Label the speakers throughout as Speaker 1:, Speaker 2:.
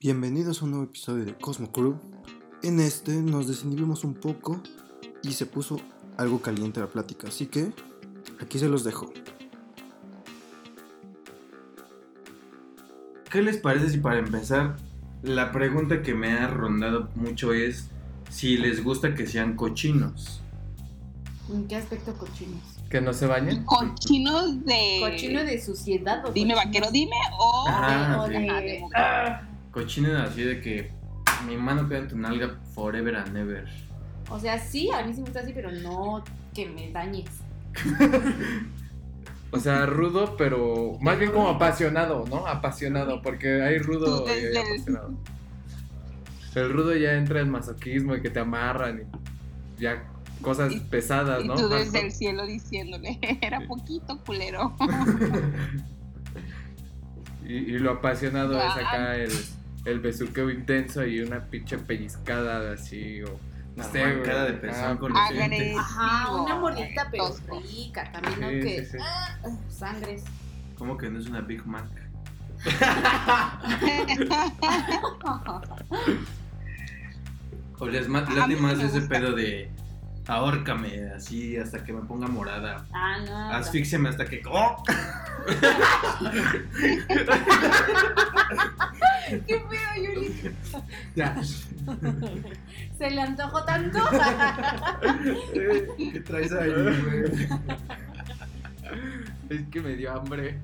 Speaker 1: Bienvenidos a un nuevo episodio de Cosmo Crew. En este nos desinhibimos un poco y se puso algo caliente la plática, así que aquí se los dejo.
Speaker 2: ¿Qué les parece si para empezar la pregunta que me ha rondado mucho es si les gusta que sean cochinos?
Speaker 3: ¿En qué aspecto cochinos?
Speaker 4: ¿Que no se bañen?
Speaker 5: Cochinos de.
Speaker 3: ¿Cochino de suciedad o
Speaker 5: Eh, Dime,
Speaker 3: cochino-
Speaker 5: vaquero, dime o.
Speaker 2: Ajá,
Speaker 3: o
Speaker 2: sí.
Speaker 3: de-
Speaker 5: Ajá, de mujer.
Speaker 4: Ah,
Speaker 2: Cochinos así de que mi mano queda en tu nalga forever and ever.
Speaker 3: O sea, sí, a mí sí me gusta así, pero no que me dañes.
Speaker 4: O sea, rudo, pero más bien como apasionado, ¿no? Apasionado, porque hay rudo y hay
Speaker 5: Desde el-
Speaker 4: apasionado. El rudo ya entra en masoquismo y que te amarran y ya cosas
Speaker 5: Y-
Speaker 4: pesadas,
Speaker 5: Y
Speaker 4: ¿no?
Speaker 5: tú desde
Speaker 4: Hardcore.
Speaker 5: el cielo diciéndole, era poquito culero.
Speaker 4: Y, y lo apasionado
Speaker 5: Ya.
Speaker 4: es acá el, el besuqueo intenso y una pinche pellizcada así o...
Speaker 2: La
Speaker 4: Sí,
Speaker 2: arrancada
Speaker 4: Este, güey.
Speaker 2: de pezón
Speaker 4: Ah,
Speaker 2: con los
Speaker 5: Agresivo.
Speaker 2: dientes.
Speaker 3: Ajá, una mordita, pero
Speaker 5: tosco.
Speaker 3: rica. También, ¿no?
Speaker 4: Sí,
Speaker 3: que.
Speaker 4: sí, sí.
Speaker 3: ah, ah, sangres.
Speaker 2: ¿Cómo que no es una Big Mac? O les ma-
Speaker 5: A
Speaker 2: late
Speaker 5: mí
Speaker 2: más
Speaker 5: me
Speaker 2: ese
Speaker 5: gusta.
Speaker 2: pedo de ahórcame así hasta que me ponga morada.
Speaker 3: Ah, no.
Speaker 2: Asfíxiame hasta que. ¡Oh!
Speaker 3: ¡Qué feo, Yuli!
Speaker 2: Ya.
Speaker 3: Se le antojó tanto.
Speaker 2: Eh, ¿Qué traes ahí, güey?
Speaker 4: Es que me dio hambre.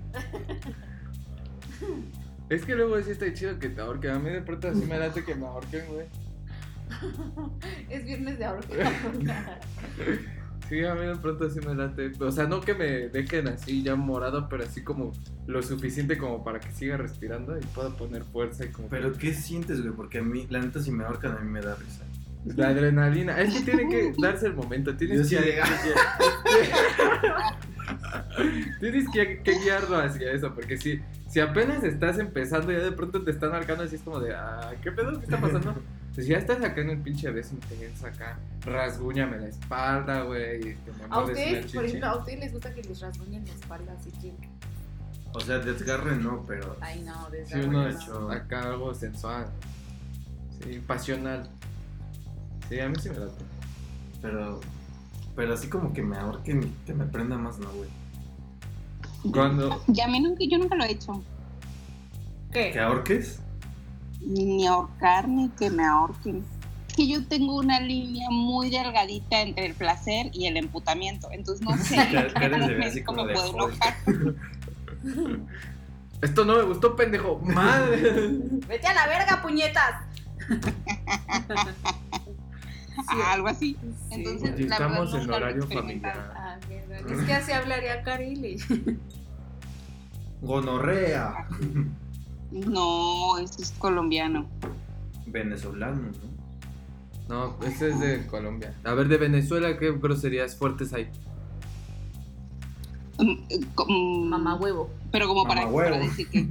Speaker 4: Es que luego sí está chido que te ahorquen. A mí de pronto así me late que me ahorquen, güey.
Speaker 3: es viernes de ahorca.
Speaker 4: Sí, a mí de pronto sí me late. O sea, no que me dejen así ya morado, pero así como lo suficiente como para que siga respirando y pueda poner fuerza y como...
Speaker 2: Pero ¿qué sientes, güey? Porque a mí, la neta, si me ahorcan, a mí me da risa.
Speaker 4: La adrenalina. Es que tiene que darse el momento. Tienes
Speaker 2: Yo sí
Speaker 4: que...
Speaker 2: de-
Speaker 4: Tienes que, que guiarlo hacia eso, porque si, si apenas estás empezando, ya de pronto te están arcando así es como de, ah, ¿qué pedo? ¿Qué está pasando? Pues ya estás acá en el pinche beso intenso acá, rasguñame la espalda, güey. te me
Speaker 3: A
Speaker 4: mueves la
Speaker 3: ustedes,
Speaker 4: chichi.
Speaker 3: por ejemplo, a ustedes les gusta que les rasguñen la espalda, así que.
Speaker 2: O sea, desgarre no, pero.
Speaker 3: Ay, no,
Speaker 4: Sí,
Speaker 3: desde
Speaker 4: uno
Speaker 3: ahora
Speaker 2: de
Speaker 3: no.
Speaker 2: hecho.
Speaker 4: acá algo sensual. Sí, pasional. Sí, a mí sí me late.
Speaker 2: Pero. Pero así como que me ahorquen y que me prenda más, no, güey.
Speaker 4: Cuando...
Speaker 5: Ya a mí nunca, yo nunca lo he hecho.
Speaker 2: ¿Que
Speaker 3: ¿Qué?
Speaker 2: ahorques?
Speaker 5: Ni ahorcar ni que me ahorquen. Que yo tengo una línea muy delgadita entre el placer y el emputamiento. Entonces no sé
Speaker 2: Caras de ver así
Speaker 5: realmente
Speaker 2: como
Speaker 5: cómo
Speaker 2: de.
Speaker 5: puedo
Speaker 2: "Joder".
Speaker 5: enojar.
Speaker 4: Esto no me gustó, pendejo. Madre.
Speaker 3: ¡Vete a la verga, puñetas!
Speaker 5: Algo así.
Speaker 3: Sí,
Speaker 5: Entonces,
Speaker 3: güey.
Speaker 4: Oye,
Speaker 5: la verdad,
Speaker 4: estamos
Speaker 5: nunca
Speaker 4: en
Speaker 5: lo he
Speaker 4: horario
Speaker 5: experimentado.
Speaker 4: familiar.
Speaker 3: Ah, mierda. Es que así hablaría Carili.
Speaker 2: Gonorrea.
Speaker 5: No, eso es colombiano.
Speaker 2: Venezolano, ¿no?
Speaker 4: No, ese es de Colombia. A ver, de Venezuela, ¿qué groserías fuertes hay?
Speaker 5: Mm, eh, com-
Speaker 3: Mamá huevo.
Speaker 5: Pero como para,
Speaker 2: Mamahuevo.
Speaker 5: para decir que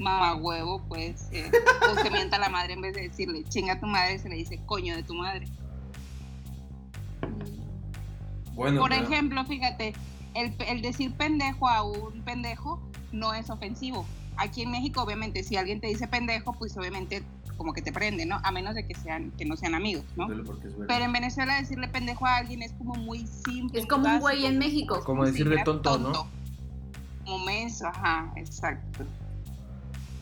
Speaker 5: mamá huevo, pues, eh, o se mienta la madre en vez de decirle chinga tu madre, se le dice coño de tu madre.
Speaker 2: Bueno,
Speaker 5: Por
Speaker 2: pero-
Speaker 5: ejemplo, fíjate, el, el decir pendejo a un pendejo no es ofensivo. Aquí en México, obviamente, si alguien te dice pendejo, pues obviamente como que te prende, ¿no? A menos de que sean que no sean amigos, ¿no?
Speaker 2: Duele porque es
Speaker 5: Pero en Venezuela decirle pendejo a alguien es como muy simple.
Speaker 3: Es como un
Speaker 5: básico.
Speaker 3: güey en México.
Speaker 4: Como
Speaker 5: Sí,
Speaker 4: decirle
Speaker 5: era
Speaker 4: tonto, ¿no?
Speaker 5: Como menso, ajá, exacto.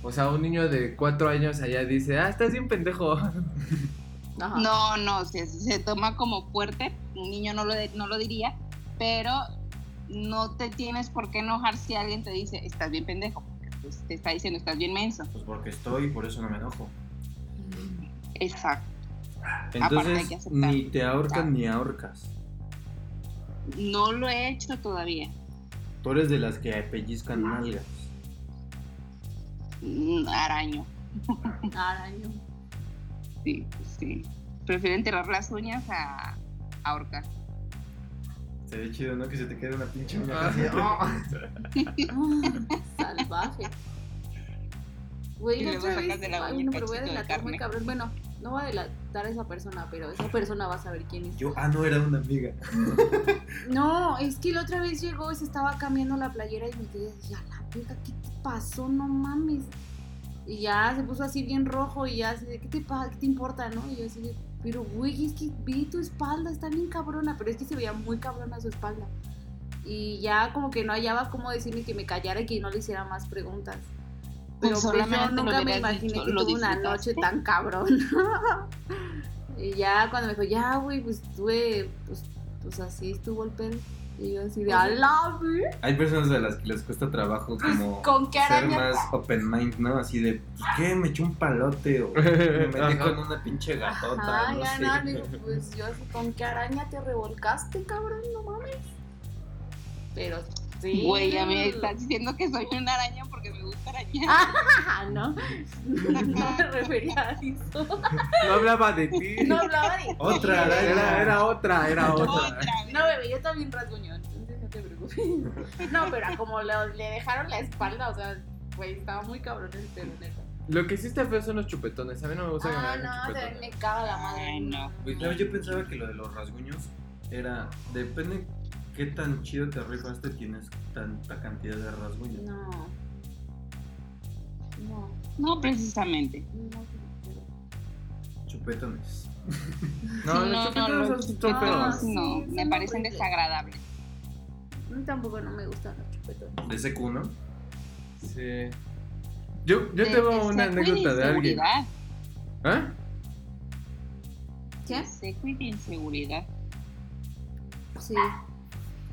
Speaker 4: O sea, un niño de cuatro años allá dice, ah, estás bien pendejo.
Speaker 3: Ajá.
Speaker 5: No, no, se, se toma como fuerte, un niño no lo, de- no lo diría, pero no te tienes por qué enojar si alguien te dice, estás bien pendejo, porque, pues, te está diciendo, estás bien menso.
Speaker 2: Pues porque estoy y por eso no me enojo.
Speaker 3: Mm.
Speaker 5: Exacto. Aparte hay que
Speaker 2: Entonces,
Speaker 5: aceptar. Ah.
Speaker 2: ni te ahorcan ni ahorcas.
Speaker 5: No lo he hecho todavía.
Speaker 2: Tú eres de las que pellizcan
Speaker 5: Ah.
Speaker 2: nalgas.
Speaker 5: Mm, Araño,
Speaker 3: Araño.
Speaker 5: sí, sí. Prefiero enterrar las uñas a a ahorcar.
Speaker 2: Se ve chido, ¿no? Que se te quede una pinche
Speaker 4: uña
Speaker 5: Ah,
Speaker 4: así,
Speaker 3: Ah, Salvaje. Güey,
Speaker 5: Y
Speaker 3: la
Speaker 5: luego
Speaker 3: otra
Speaker 5: sacas
Speaker 3: vez.
Speaker 5: de la
Speaker 3: ay,
Speaker 5: uña
Speaker 3: no, pero voy a
Speaker 5: cachito de
Speaker 3: delatar muy
Speaker 5: carne.
Speaker 3: cabrón. Bueno, no voy a delatar a esa persona, pero esa persona va a saber quién es.
Speaker 2: Yo, ah, no, era una amiga.
Speaker 3: No, es que la otra vez llegó y se estaba cambiando la playera y me quedé, ya la verga, ¿qué te pasó? No mames. Y ya se puso así bien rojo y ya así de, ¿qué te, pa- qué te importa, no? Y yo así de, pero güey, es que vi tu espalda, está bien cabrona, pero es que se veía muy cabrona su espalda. Y ya como que no hallaba cómo decirme que me callara y que no le hiciera más preguntas. Pero pues,
Speaker 5: Pues
Speaker 3: yo
Speaker 5: solamente lo
Speaker 3: nunca me
Speaker 5: hubieras
Speaker 3: imaginé
Speaker 5: dicho,
Speaker 3: que
Speaker 5: ¿lo
Speaker 3: tuve una
Speaker 5: disfrutaste?
Speaker 3: noche tan cabrona. y ya cuando me dijo, ya güey, pues tuve, pues, pues así estuvo el pedo. Y yo
Speaker 5: Pues,
Speaker 3: así de, I love you".
Speaker 2: Hay personas a las que les cuesta trabajo como
Speaker 3: ¿Con qué
Speaker 2: ser
Speaker 3: araña?
Speaker 2: más open mind, ¿no? Así de, pues, ¿qué? Me eché un palote o me metí
Speaker 4: Ajá.
Speaker 2: con una pinche gatota.
Speaker 3: Ajá,
Speaker 2: no
Speaker 3: ya
Speaker 2: sé.
Speaker 3: no, digo, pues yo así, ¿con qué araña te revolcaste, cabrón? No mames. Pero sí.
Speaker 5: Güey, ya me estás diciendo que soy una araña porque me gusta arañar.
Speaker 3: Ajá, Ah, no. No me refería a eso.
Speaker 4: No hablaba de ti.
Speaker 3: No hablaba de.
Speaker 2: Otra araña.
Speaker 4: Era, era otra, era Ah, otra.
Speaker 3: No, bebé, yo también rasguño, entonces no te preocupes. No, pero a como lo- le dejaron la espalda, o sea, güey, estaba muy cabrón el pelo, neta.
Speaker 4: Lo que hiciste feo son los chupetones. A mí no me gusta que me
Speaker 3: Ah,
Speaker 4: hagan
Speaker 3: no, también me
Speaker 4: chupetones.
Speaker 3: caga la madre.
Speaker 5: Ay, no.
Speaker 2: Güey, ¿sabes? Yo pensaba que lo de los rasguños era, depende qué tan chido te rifaste, tienes tanta cantidad de rasguños.
Speaker 3: No. No,
Speaker 5: No, precisamente.
Speaker 3: no.
Speaker 2: Chupetones.
Speaker 4: No, los
Speaker 5: No,
Speaker 4: chupetones
Speaker 5: no,
Speaker 4: son, son
Speaker 3: no.
Speaker 4: feos.
Speaker 3: sí,
Speaker 5: no,
Speaker 3: son
Speaker 5: me parecen
Speaker 3: horribles.
Speaker 5: desagradables.
Speaker 3: no. Tampoco no me gustan los chupetones.
Speaker 2: De ese cuno.
Speaker 4: Sí. Yo, yo
Speaker 5: De-
Speaker 4: tengo una
Speaker 5: secuela
Speaker 4: anécdota de alguien.
Speaker 5: inseguridad.
Speaker 4: ¿Ah?
Speaker 3: ¿Qué?
Speaker 5: Secuela de inseguridad.
Speaker 3: Sí.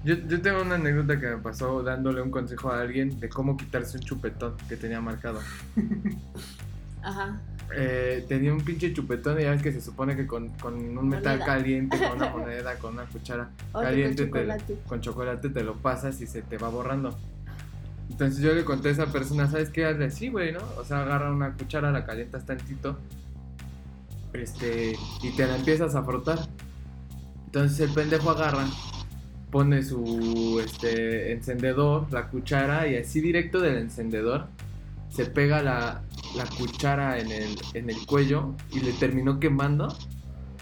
Speaker 4: Yo, yo tengo una anécdota que me pasó dándole un consejo a alguien de cómo quitarse un chupetón que tenía marcado.
Speaker 3: Ajá.
Speaker 4: Eh, tenía un pinche chupetón y ya ves que se supone que con, con un metal
Speaker 3: Moneda.
Speaker 4: caliente, con una moneda, con una cuchara
Speaker 3: Otro
Speaker 4: caliente,
Speaker 3: con
Speaker 4: te-
Speaker 3: chocolate.
Speaker 4: con chocolate te lo pasas y se te va borrando. Entonces yo le conté a esa persona, ¿sabes qué? Hazle así, güey, ¿no? O sea, agarra una cuchara, la calientas tantito este, y te la empiezas a frotar. Entonces el pendejo agarra, pone su este, encendedor, la cuchara y así directo del encendedor se pega la, la cuchara en el, en el cuello y le terminó quemando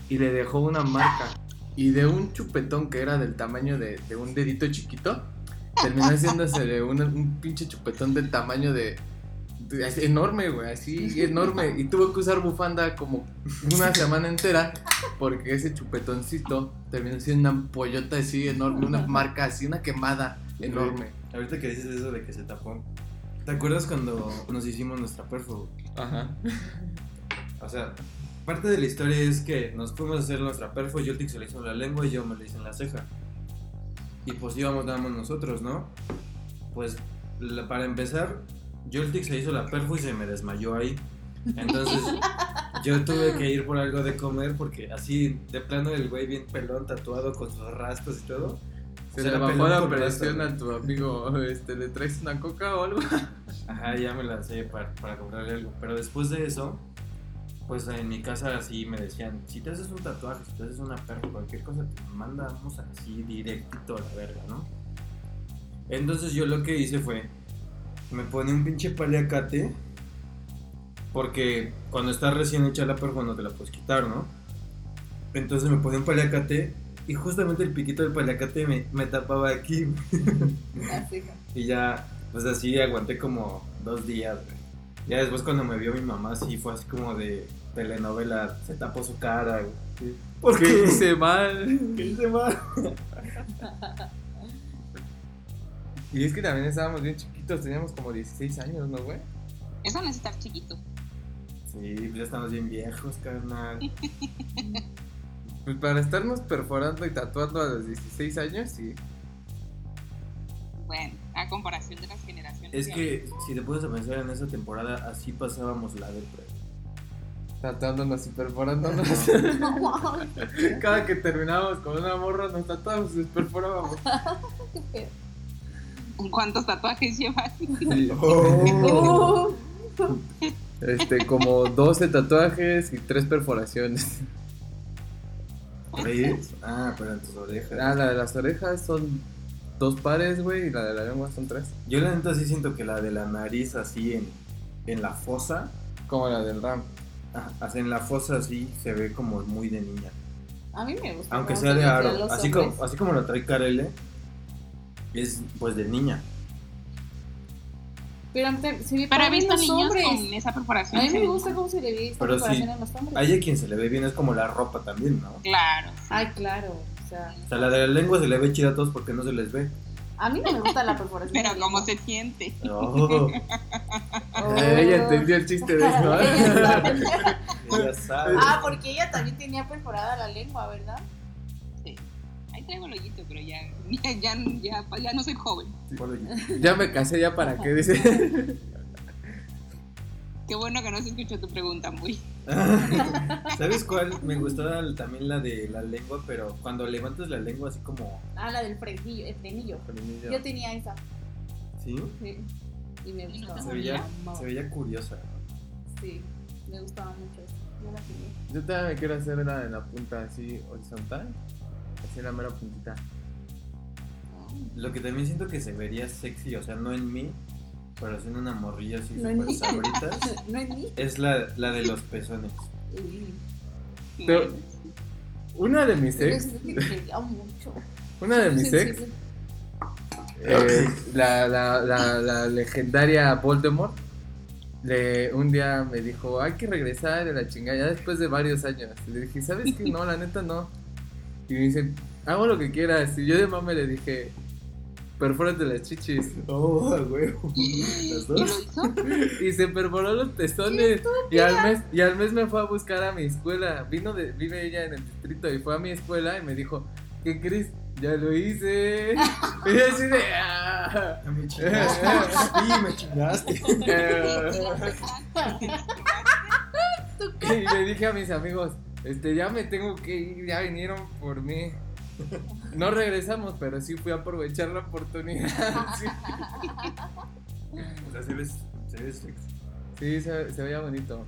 Speaker 4: y le dejó una marca. Y de un chupetón que era del tamaño de, de un dedito chiquito, terminó haciéndosele un, un pinche chupetón del tamaño de... de- así, enorme, güey, así enorme. Y tuvo que usar bufanda como una semana entera porque ese chupetoncito terminó siendo una ampollota así enorme, una marca así, una quemada enorme.
Speaker 2: Ahorita que dices eso de que se tapó. ¿Te acuerdas cuando nos hicimos nuestra perfo? güey?
Speaker 4: Ajá.
Speaker 2: O sea, parte de la historia es que nos fuimos a hacer nuestra perfo, yo se le hizo en la lengua y yo me lo hice en la ceja. Y pues íbamos nada más nosotros, ¿no? Pues la- para empezar, Joltik se hizo la perfo y se me desmayó ahí. Entonces yo tuve que ir por algo de comer porque así de plano el güey bien pelón, tatuado con sus rastas y todo.
Speaker 4: Se,
Speaker 2: Se
Speaker 4: le
Speaker 2: la
Speaker 4: bajó
Speaker 2: peló
Speaker 4: la
Speaker 2: por
Speaker 4: presión
Speaker 2: rato.
Speaker 4: a tu amigo, este, ¿le traes una coca o algo?
Speaker 2: Ajá, ya me la sé para, para comprarle algo. Pero después de eso, pues en mi casa así me decían, si te haces un tatuaje, si te haces una perra, cualquier cosa, te mandamos así directito a la verga, ¿no? Entonces yo lo que hice fue, me pone un pinche paliacate, porque cuando está recién hecha la perra no te la puedes quitar, ¿no? Entonces me pone un paliacate y justamente el piquito del paliacate me, me tapaba aquí.
Speaker 3: La ceja.
Speaker 2: Y ya, pues así aguanté como dos días, güey. Ya después cuando me vio mi mamá, sí fue así como de telenovela, se tapó su cara, güey. ¿Por
Speaker 4: ¿Qué
Speaker 2: qué?
Speaker 4: hice mal?
Speaker 2: ¿Qué hice mal?
Speaker 4: Y es que también estábamos bien chiquitos, teníamos como 16 años, ¿no, güey?
Speaker 5: Eso no es estar chiquito.
Speaker 2: Sí, pues ya estamos bien viejos, carnal.
Speaker 4: Pues para estarnos perforando y tatuando a los 16 años, sí.
Speaker 5: Bueno, a comparación de las generaciones.
Speaker 2: Es
Speaker 5: de
Speaker 2: que si te puedes pensar en esa temporada, así pasábamos la depre.
Speaker 4: Tatuándonos y perforándonos. Cada que terminábamos con una morra, nos tatuábamos y nos perforábamos.
Speaker 5: ahora. ¿Cuántos tatuajes llevas?
Speaker 4: Sí.
Speaker 3: Oh.
Speaker 4: Este, como 12 tatuajes y 3 perforaciones.
Speaker 2: ¿Reyes? Ah, pero en tus
Speaker 4: Ah,
Speaker 2: orejas.
Speaker 4: la de las orejas son dos pares, güey, y la de la lengua son tres.
Speaker 2: Yo la neta sí siento que la de la nariz así en, en la fosa,
Speaker 4: Como la del RAM.
Speaker 2: ah, así en la fosa así se ve como muy de niña.
Speaker 3: A mí me gusta.
Speaker 2: Aunque
Speaker 3: cómo
Speaker 2: sea
Speaker 3: se
Speaker 2: de
Speaker 3: ven
Speaker 2: aro,
Speaker 3: los
Speaker 2: así
Speaker 3: hombres.
Speaker 2: como, así como lo trae Karele, es pues de niña.
Speaker 3: Pero, ante- se ve
Speaker 5: Pero he
Speaker 3: padre en
Speaker 5: visto
Speaker 3: los
Speaker 5: niños
Speaker 3: hombres.
Speaker 5: con esa
Speaker 3: A
Speaker 5: perforación.
Speaker 3: mí me
Speaker 5: sí.
Speaker 3: gusta cómo se le ve esta
Speaker 2: Pero sí,
Speaker 3: preparación a los hombres.
Speaker 2: Hay a quien se le ve bien, es como la ropa también, ¿no?
Speaker 5: Claro.
Speaker 3: Ay, claro. O sea,
Speaker 2: O sea, la de la lengua se le ve chida a todos porque no se les ve.
Speaker 3: a mí no me gusta la perforación.
Speaker 5: Pero cómo se siente.
Speaker 2: No,
Speaker 3: Oh.
Speaker 2: Eh,
Speaker 4: Ella entendió el chiste de eso.
Speaker 3: Ella
Speaker 4: ¿eh?
Speaker 3: sabe.
Speaker 2: ya sabes.
Speaker 3: Ah, porque ella también tenía perforada la lengua, ¿verdad?
Speaker 5: Ahí traigo el hoyito, pero ya, ya, ya, ya, ya no soy joven.
Speaker 4: ya me casé, ya para qué, dice.
Speaker 5: Qué bueno que no se escuchó tu pregunta, muy.
Speaker 2: ¿Sabes cuál? Me gustaba el- también la de la lengua, pero cuando levantas la lengua así como...
Speaker 3: Ah, la del frenillo, el frenillo.
Speaker 2: con el
Speaker 3: Yo
Speaker 2: niño.
Speaker 3: tenía esa.
Speaker 2: ¿Sí?
Speaker 3: sí, Y me
Speaker 5: ¿Y no
Speaker 3: gustaba.
Speaker 5: te
Speaker 2: Se veía,
Speaker 3: Me amaba.
Speaker 2: se veía curiosa.
Speaker 3: Sí, me gustaba mucho esa. Yo la tenía.
Speaker 4: Yo también me quiero hacer una en la punta así horizontal. Así en la mera puntita.
Speaker 2: Lo que también siento que se vería sexy, o sea, no en mí, pero sí en una morrilla así
Speaker 3: No en
Speaker 2: súper
Speaker 3: mí.
Speaker 2: sabritas,
Speaker 3: No en mí.
Speaker 2: es la, la de los pezones.
Speaker 3: Uy.
Speaker 4: Pero- Una de mis
Speaker 3: Yo
Speaker 4: ex,
Speaker 3: siento que me veía mucho.
Speaker 4: una de
Speaker 3: Yo
Speaker 4: mis
Speaker 3: siento
Speaker 4: ex,
Speaker 3: que-
Speaker 4: eh, la, la, la, la legendaria Voldemort, le, un día me dijo, hay que regresar de la chingada, ya después de varios años. Y le dije, ¿sabes qué? No, la neta no. Y me dicen, hago lo que quieras. Y yo de mame le dije, perfórate las chichis.
Speaker 2: Oh, güey. Las
Speaker 5: ¿Y lo hizo?
Speaker 4: Y se perforó los pezones. Y al, mes, y al mes me fue a buscar a mi escuela. Vino de, vive ella en el distrito y fue a mi escuela y me dijo, ¿qué crees? Ya lo hice. y yo así de... "Ah".
Speaker 2: Me eh, chingaste. Sí, me chingaste.
Speaker 4: y le dije a mis amigos, este, ya me tengo que ir, ya vinieron por mí. No regresamos, pero sí fui a aprovechar la oportunidad. Sí,
Speaker 2: O sea, se ve, se ve sexy.
Speaker 4: Sí, se, se veía bonito.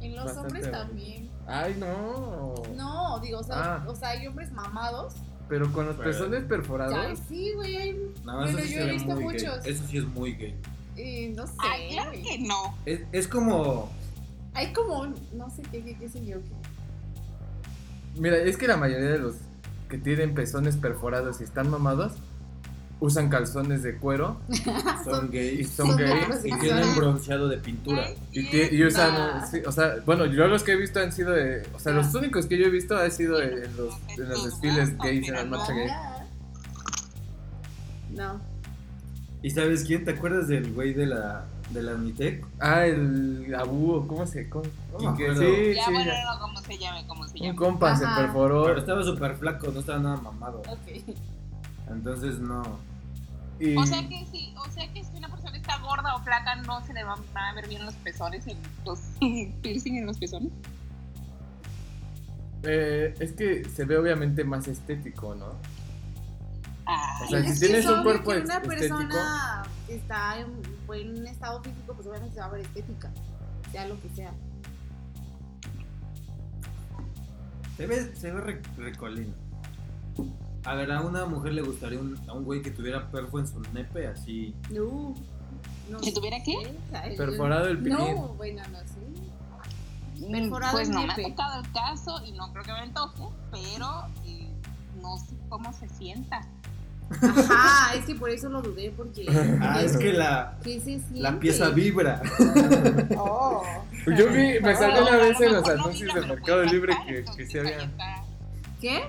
Speaker 3: En los
Speaker 4: Bastante
Speaker 3: hombres
Speaker 4: bonito.
Speaker 3: también.
Speaker 4: Ay, no.
Speaker 3: No, digo, o sea,
Speaker 4: Ah.
Speaker 3: o sea, hay hombres mamados.
Speaker 4: Pero con los
Speaker 2: Pero-
Speaker 4: pezones
Speaker 3: Ya,
Speaker 4: perforados.
Speaker 3: sí, güey. hay-
Speaker 2: Nada más eso
Speaker 3: Bueno,
Speaker 2: sí
Speaker 3: yo
Speaker 2: se
Speaker 3: he
Speaker 2: ve
Speaker 3: visto
Speaker 2: muy gay.
Speaker 3: muchos.
Speaker 2: Eso sí es muy gay.
Speaker 3: eh, no sé.
Speaker 5: Ay, Ah, claro que no.
Speaker 2: Es, es como.
Speaker 3: Hay como un- no sé qué, qué, qué sé yo. qué-
Speaker 4: Mira, es que la mayoría de los que tienen pezones perforados y están mamados usan calzones de cuero
Speaker 2: Son
Speaker 4: y
Speaker 2: gays.
Speaker 4: son,
Speaker 3: Son
Speaker 4: gays.
Speaker 3: gays.
Speaker 2: Y tienen bronceado de pintura.
Speaker 3: ¿Eh?
Speaker 4: Y, tie- y usan,
Speaker 3: Nah.
Speaker 4: sí, o sea, bueno, yo los que he visto han sido, de- o sea,
Speaker 5: Ah.
Speaker 4: los únicos que yo he visto han sido en, en los, en los desfiles gays, en la marcha gay.
Speaker 3: Ah. No.
Speaker 2: ¿Y sabes quién? ¿Te acuerdas del güey de la, de la Unitec?
Speaker 4: Ah, el abúo, ¿cómo se? cómo-
Speaker 2: No me
Speaker 4: y que-
Speaker 2: acuerdo.
Speaker 4: sí,
Speaker 5: Ya,
Speaker 4: sí,
Speaker 5: bueno, no, cómo se llame, cómo se
Speaker 4: un
Speaker 5: llame.
Speaker 4: compa
Speaker 3: Ajá.
Speaker 4: se
Speaker 2: Pero
Speaker 4: perforó
Speaker 2: estaba súper flaco, no estaba nada mamado.
Speaker 3: Ok.
Speaker 2: Entonces no.
Speaker 4: y
Speaker 5: O sea que si, o sea que si una persona está gorda o flaca, no se le van van a ver bien los pezones, en los piercing en los pezones.
Speaker 4: eh, es que se ve obviamente más estético, ¿no?
Speaker 5: Ay,
Speaker 4: O sea,
Speaker 3: Es
Speaker 4: si
Speaker 3: que
Speaker 4: tienes
Speaker 3: es
Speaker 4: un
Speaker 3: obvio
Speaker 4: cuerpo
Speaker 3: que una
Speaker 4: estético-
Speaker 3: persona que está en buen estado físico, pues obviamente se va a ver estética. Sea lo que sea.
Speaker 2: Se ve, se ve re- recolino. A ver, a una mujer le gustaría un- a un güey que tuviera perfo en su nepe así.
Speaker 3: No. no
Speaker 5: ¿Que tuviera qué?
Speaker 3: sé, o sea,
Speaker 4: Perforado el pipí.
Speaker 3: No, bueno, no sé. Perforado
Speaker 5: pues
Speaker 3: el
Speaker 5: no me ha
Speaker 3: nepe.
Speaker 5: tocado el caso y no creo que me toque, pero eh, no sé cómo se sienta.
Speaker 3: Ajá, es que por eso lo dudé, porque.
Speaker 2: Ah, es que la,
Speaker 3: ¿Qué se siente?
Speaker 2: la pieza vibra.
Speaker 3: Oh.
Speaker 4: Yo vi, me salió
Speaker 5: Pero
Speaker 4: una
Speaker 5: a lo
Speaker 4: vez en los
Speaker 5: mejor no
Speaker 4: anuncios
Speaker 5: vibra,
Speaker 4: de
Speaker 5: pero
Speaker 4: Mercado
Speaker 5: puede
Speaker 4: Libre
Speaker 5: raspar,
Speaker 4: que, que
Speaker 5: entonces
Speaker 4: se
Speaker 5: ahí
Speaker 4: había...
Speaker 5: está,
Speaker 3: ¿Qué?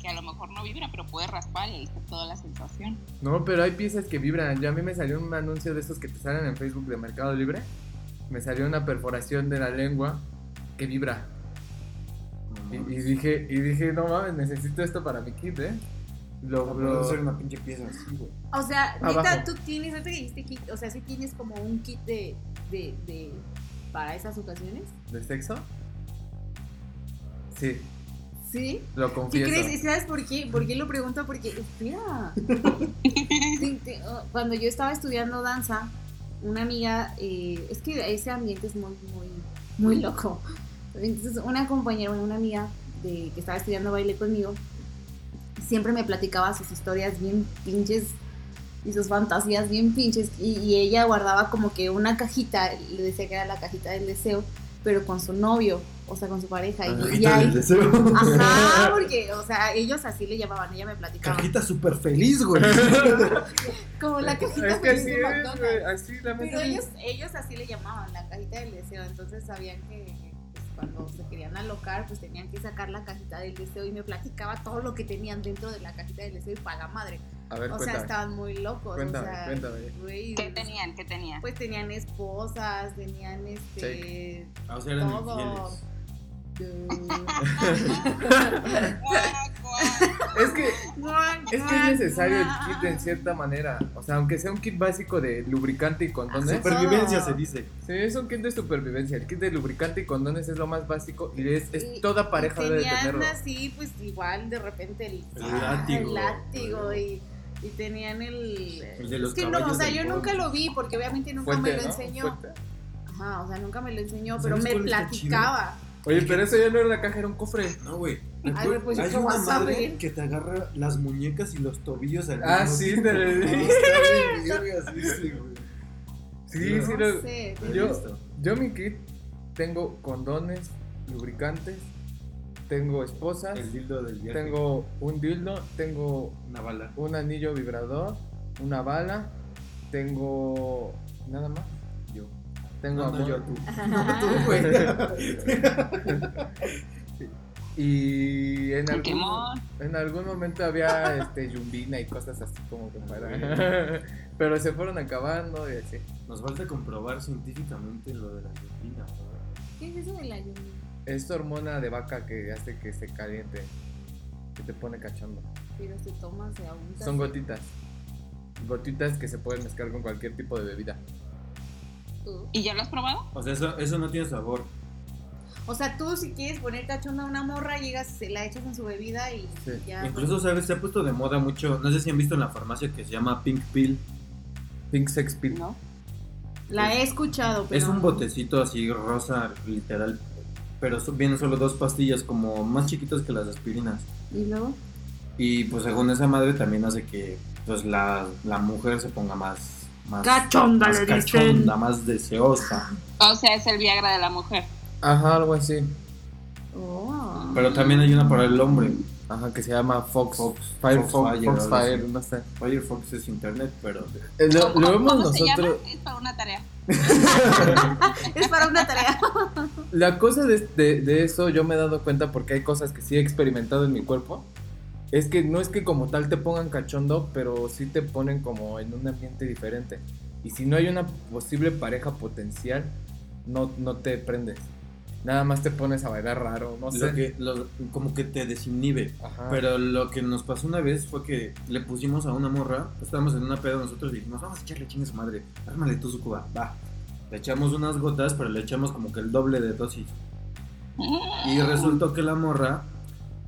Speaker 5: Que a lo mejor no vibra, pero puede raspar y ahí está toda la sensación.
Speaker 4: No, pero hay piezas que vibran. Ya a mí me salió un anuncio de esos que te salen en Facebook de Mercado Libre. Me salió una perforación de la lengua que vibra. Y, y dije, y dije, no mames, necesito esto para mi kit, ¿eh? Lo, lo-
Speaker 2: Puede ser Ah, una pinche pieza así, güey.
Speaker 3: O sea,
Speaker 4: Abajo.
Speaker 3: neta, tú tienes, ahorita que dijiste kit, o sea, si tienes como un kit de, de, de, para esas ocasiones.
Speaker 4: ¿De sexo? Sí,
Speaker 3: Sí.
Speaker 4: lo
Speaker 3: ¿Qué
Speaker 4: confieso.
Speaker 3: crees? ¿Y ¿Sabes por qué? ¿Por qué lo pregunto? Porque, espera. Te- te- oh, Cuando yo estaba estudiando danza, una amiga, eh, es que ese ambiente es muy, muy, muy loco. Entonces, una compañera, bueno, una amiga de, que estaba estudiando baile conmigo, siempre me platicaba sus historias bien pinches y sus fantasías bien pinches. Y, y ella guardaba como que una cajita, le decía que era la cajita del deseo, pero con su novio, o sea, con su pareja. Y, y
Speaker 1: Cajita del
Speaker 3: ahí, Ah,
Speaker 1: deseo.
Speaker 3: ajá, porque, o sea, ellos así le llamaban, ella me platicaba.
Speaker 1: Cajita súper feliz, güey.
Speaker 3: Como la cajita
Speaker 4: Es que
Speaker 3: feliz
Speaker 4: así
Speaker 3: de
Speaker 4: es,
Speaker 3: McDonald's.
Speaker 4: güey. Así
Speaker 3: Pero
Speaker 4: la meta.
Speaker 3: ellos, ellos así le llamaban la cajita del deseo, entonces sabían que pues, cuando se querían alocar, pues tenían que sacar la cajita del deseo y me platicaba todo lo que tenían dentro de la cajita del deseo y para la madre.
Speaker 4: A ver,
Speaker 3: o sea,
Speaker 4: cuéntame.
Speaker 3: estaban muy locos.
Speaker 4: Cuéntame,
Speaker 3: o sea,
Speaker 4: cuéntame.
Speaker 3: güey,
Speaker 5: ¿Qué tenían? ¿Qué tenían?
Speaker 3: Pues tenían esposas, tenían este.
Speaker 2: O sea, eran
Speaker 3: Todo.
Speaker 2: infieles.
Speaker 3: de-
Speaker 5: Guau,
Speaker 4: Pues, Es
Speaker 5: guau.
Speaker 4: que Es que
Speaker 3: Ah,
Speaker 4: es necesario el kit en cierta manera. O sea, aunque sea un kit básico de lubricante y condones.
Speaker 3: Ajá.
Speaker 2: Supervivencia
Speaker 3: Todo.
Speaker 2: se dice.
Speaker 4: Sí, es un kit de supervivencia. El kit de lubricante y condones es lo más básico y es, es
Speaker 3: Y-
Speaker 4: toda pareja
Speaker 3: y
Speaker 4: debe
Speaker 3: tenían
Speaker 4: tenerlo.
Speaker 3: así, pues igual de repente el,
Speaker 2: El
Speaker 3: ah,
Speaker 2: látigo.
Speaker 3: el látigo y, y tenían el.
Speaker 2: El de los
Speaker 3: es que no, o
Speaker 2: caballos
Speaker 3: sea,
Speaker 2: del
Speaker 3: yo
Speaker 2: pueblo.
Speaker 3: nunca lo vi porque obviamente nunca me
Speaker 4: Fuente,
Speaker 3: lo
Speaker 4: ¿no?
Speaker 3: enseñó.
Speaker 4: Fuente.
Speaker 3: Ajá, o sea, nunca me lo enseñó,
Speaker 2: ¿Sabes
Speaker 3: pero me
Speaker 2: cuál está chido?
Speaker 3: platicaba.
Speaker 4: Oye, pero eso ya no era una caja, era un cofre.
Speaker 2: No, güey.
Speaker 3: Ay, güey, pues,
Speaker 1: Hay
Speaker 3: ¿cómo
Speaker 1: una
Speaker 3: vas a
Speaker 1: madre
Speaker 3: abrir?
Speaker 1: que te agarra las muñecas y los tobillos al
Speaker 4: Ah,
Speaker 1: mismo
Speaker 4: sí,
Speaker 1: tiempo.
Speaker 4: te lo dije.
Speaker 1: Está bien, verga, sí, sí, güey.
Speaker 4: Sí, sí,
Speaker 3: No
Speaker 4: lo-
Speaker 3: sé,
Speaker 4: yo-
Speaker 2: Listo.
Speaker 4: Yo mi kit tengo condones, lubricantes, tengo esposas,
Speaker 2: El dildo del viaje.
Speaker 4: tengo un dildo, tengo
Speaker 2: una bala.
Speaker 4: un anillo vibrador, una bala, tengo nada más.
Speaker 2: Yo.
Speaker 4: Tengo
Speaker 2: No, no,
Speaker 4: amor.
Speaker 2: yo tú.
Speaker 4: Y en algún,
Speaker 5: Pokémon.
Speaker 4: en algún momento había este yumbina y cosas así como que para. Pero se fueron acabando y así.
Speaker 2: Nos falta comprobar científicamente lo de la rutina, ¿verdad?
Speaker 3: ¿Qué es eso del ayuno?
Speaker 4: Es hormona de vaca que hace que se caliente, que te pone cachondo.
Speaker 3: Pero se toma, se aguanta.
Speaker 4: Son gotitas. Gotitas que se pueden mezclar con cualquier tipo de bebida.
Speaker 3: tú.
Speaker 5: ¿Y ya lo has probado?
Speaker 2: O sea, eso, eso no tiene sabor.
Speaker 3: O sea, tú si quieres poner cachonda a una morra, llegas, se la echas en su bebida y
Speaker 4: Sí.
Speaker 3: ya.
Speaker 2: Incluso, ¿sabes? Se ha puesto de moda mucho. No sé si han visto en la farmacia que se llama Pink Pill.
Speaker 4: Pink Sex Pill.
Speaker 5: No.
Speaker 3: La he escuchado, pero.
Speaker 2: Es un botecito así rosa, literal. Pero so- vienen solo dos pastillas, como más chiquitas que las aspirinas.
Speaker 3: ¿Y luego?
Speaker 2: Y pues según esa madre también hace que pues la, la mujer se ponga más... más
Speaker 3: Cachonda,
Speaker 2: más
Speaker 3: le dicen.
Speaker 2: cachonda, más deseosa.
Speaker 5: O sea, es el Viagra de la mujer.
Speaker 4: Ajá, algo así.
Speaker 3: Oh.
Speaker 2: Pero también hay una para el hombre.
Speaker 4: Ajá, que se llama Fox.
Speaker 2: Fox-
Speaker 4: Fire,
Speaker 2: Fox
Speaker 4: Fox,
Speaker 2: Fire,
Speaker 4: Fox
Speaker 2: algo
Speaker 4: Fire,
Speaker 2: así.
Speaker 4: no sé.
Speaker 2: Firefox es internet, pero...
Speaker 4: Eh, Lo,
Speaker 5: ¿Cómo-
Speaker 4: lo
Speaker 5: cómo
Speaker 4: vemos
Speaker 5: se llama?
Speaker 4: nosotros.
Speaker 5: Es para una tarea.
Speaker 3: Es para una tarea.
Speaker 4: La cosa de, de- de eso yo me he dado cuenta porque hay cosas que sí he experimentado en mi cuerpo. Es que no es que como tal te pongan cachondo, pero sí te ponen como en un ambiente diferente. Y si no hay una posible pareja potencial, no, no te prendes. Nada más te pones a bailar raro, no
Speaker 2: Lo
Speaker 4: sé.
Speaker 2: que, lo- como que te desinhibe.
Speaker 4: Ajá.
Speaker 2: Pero lo que nos pasó una vez fue que le pusimos a una morra, estábamos en una peda nosotros y dijimos, vamos a echarle chingue a su madre, ármale tú su cuba, va. Le echamos unas gotas, pero le echamos como que el doble de dosis. Y resultó que la morra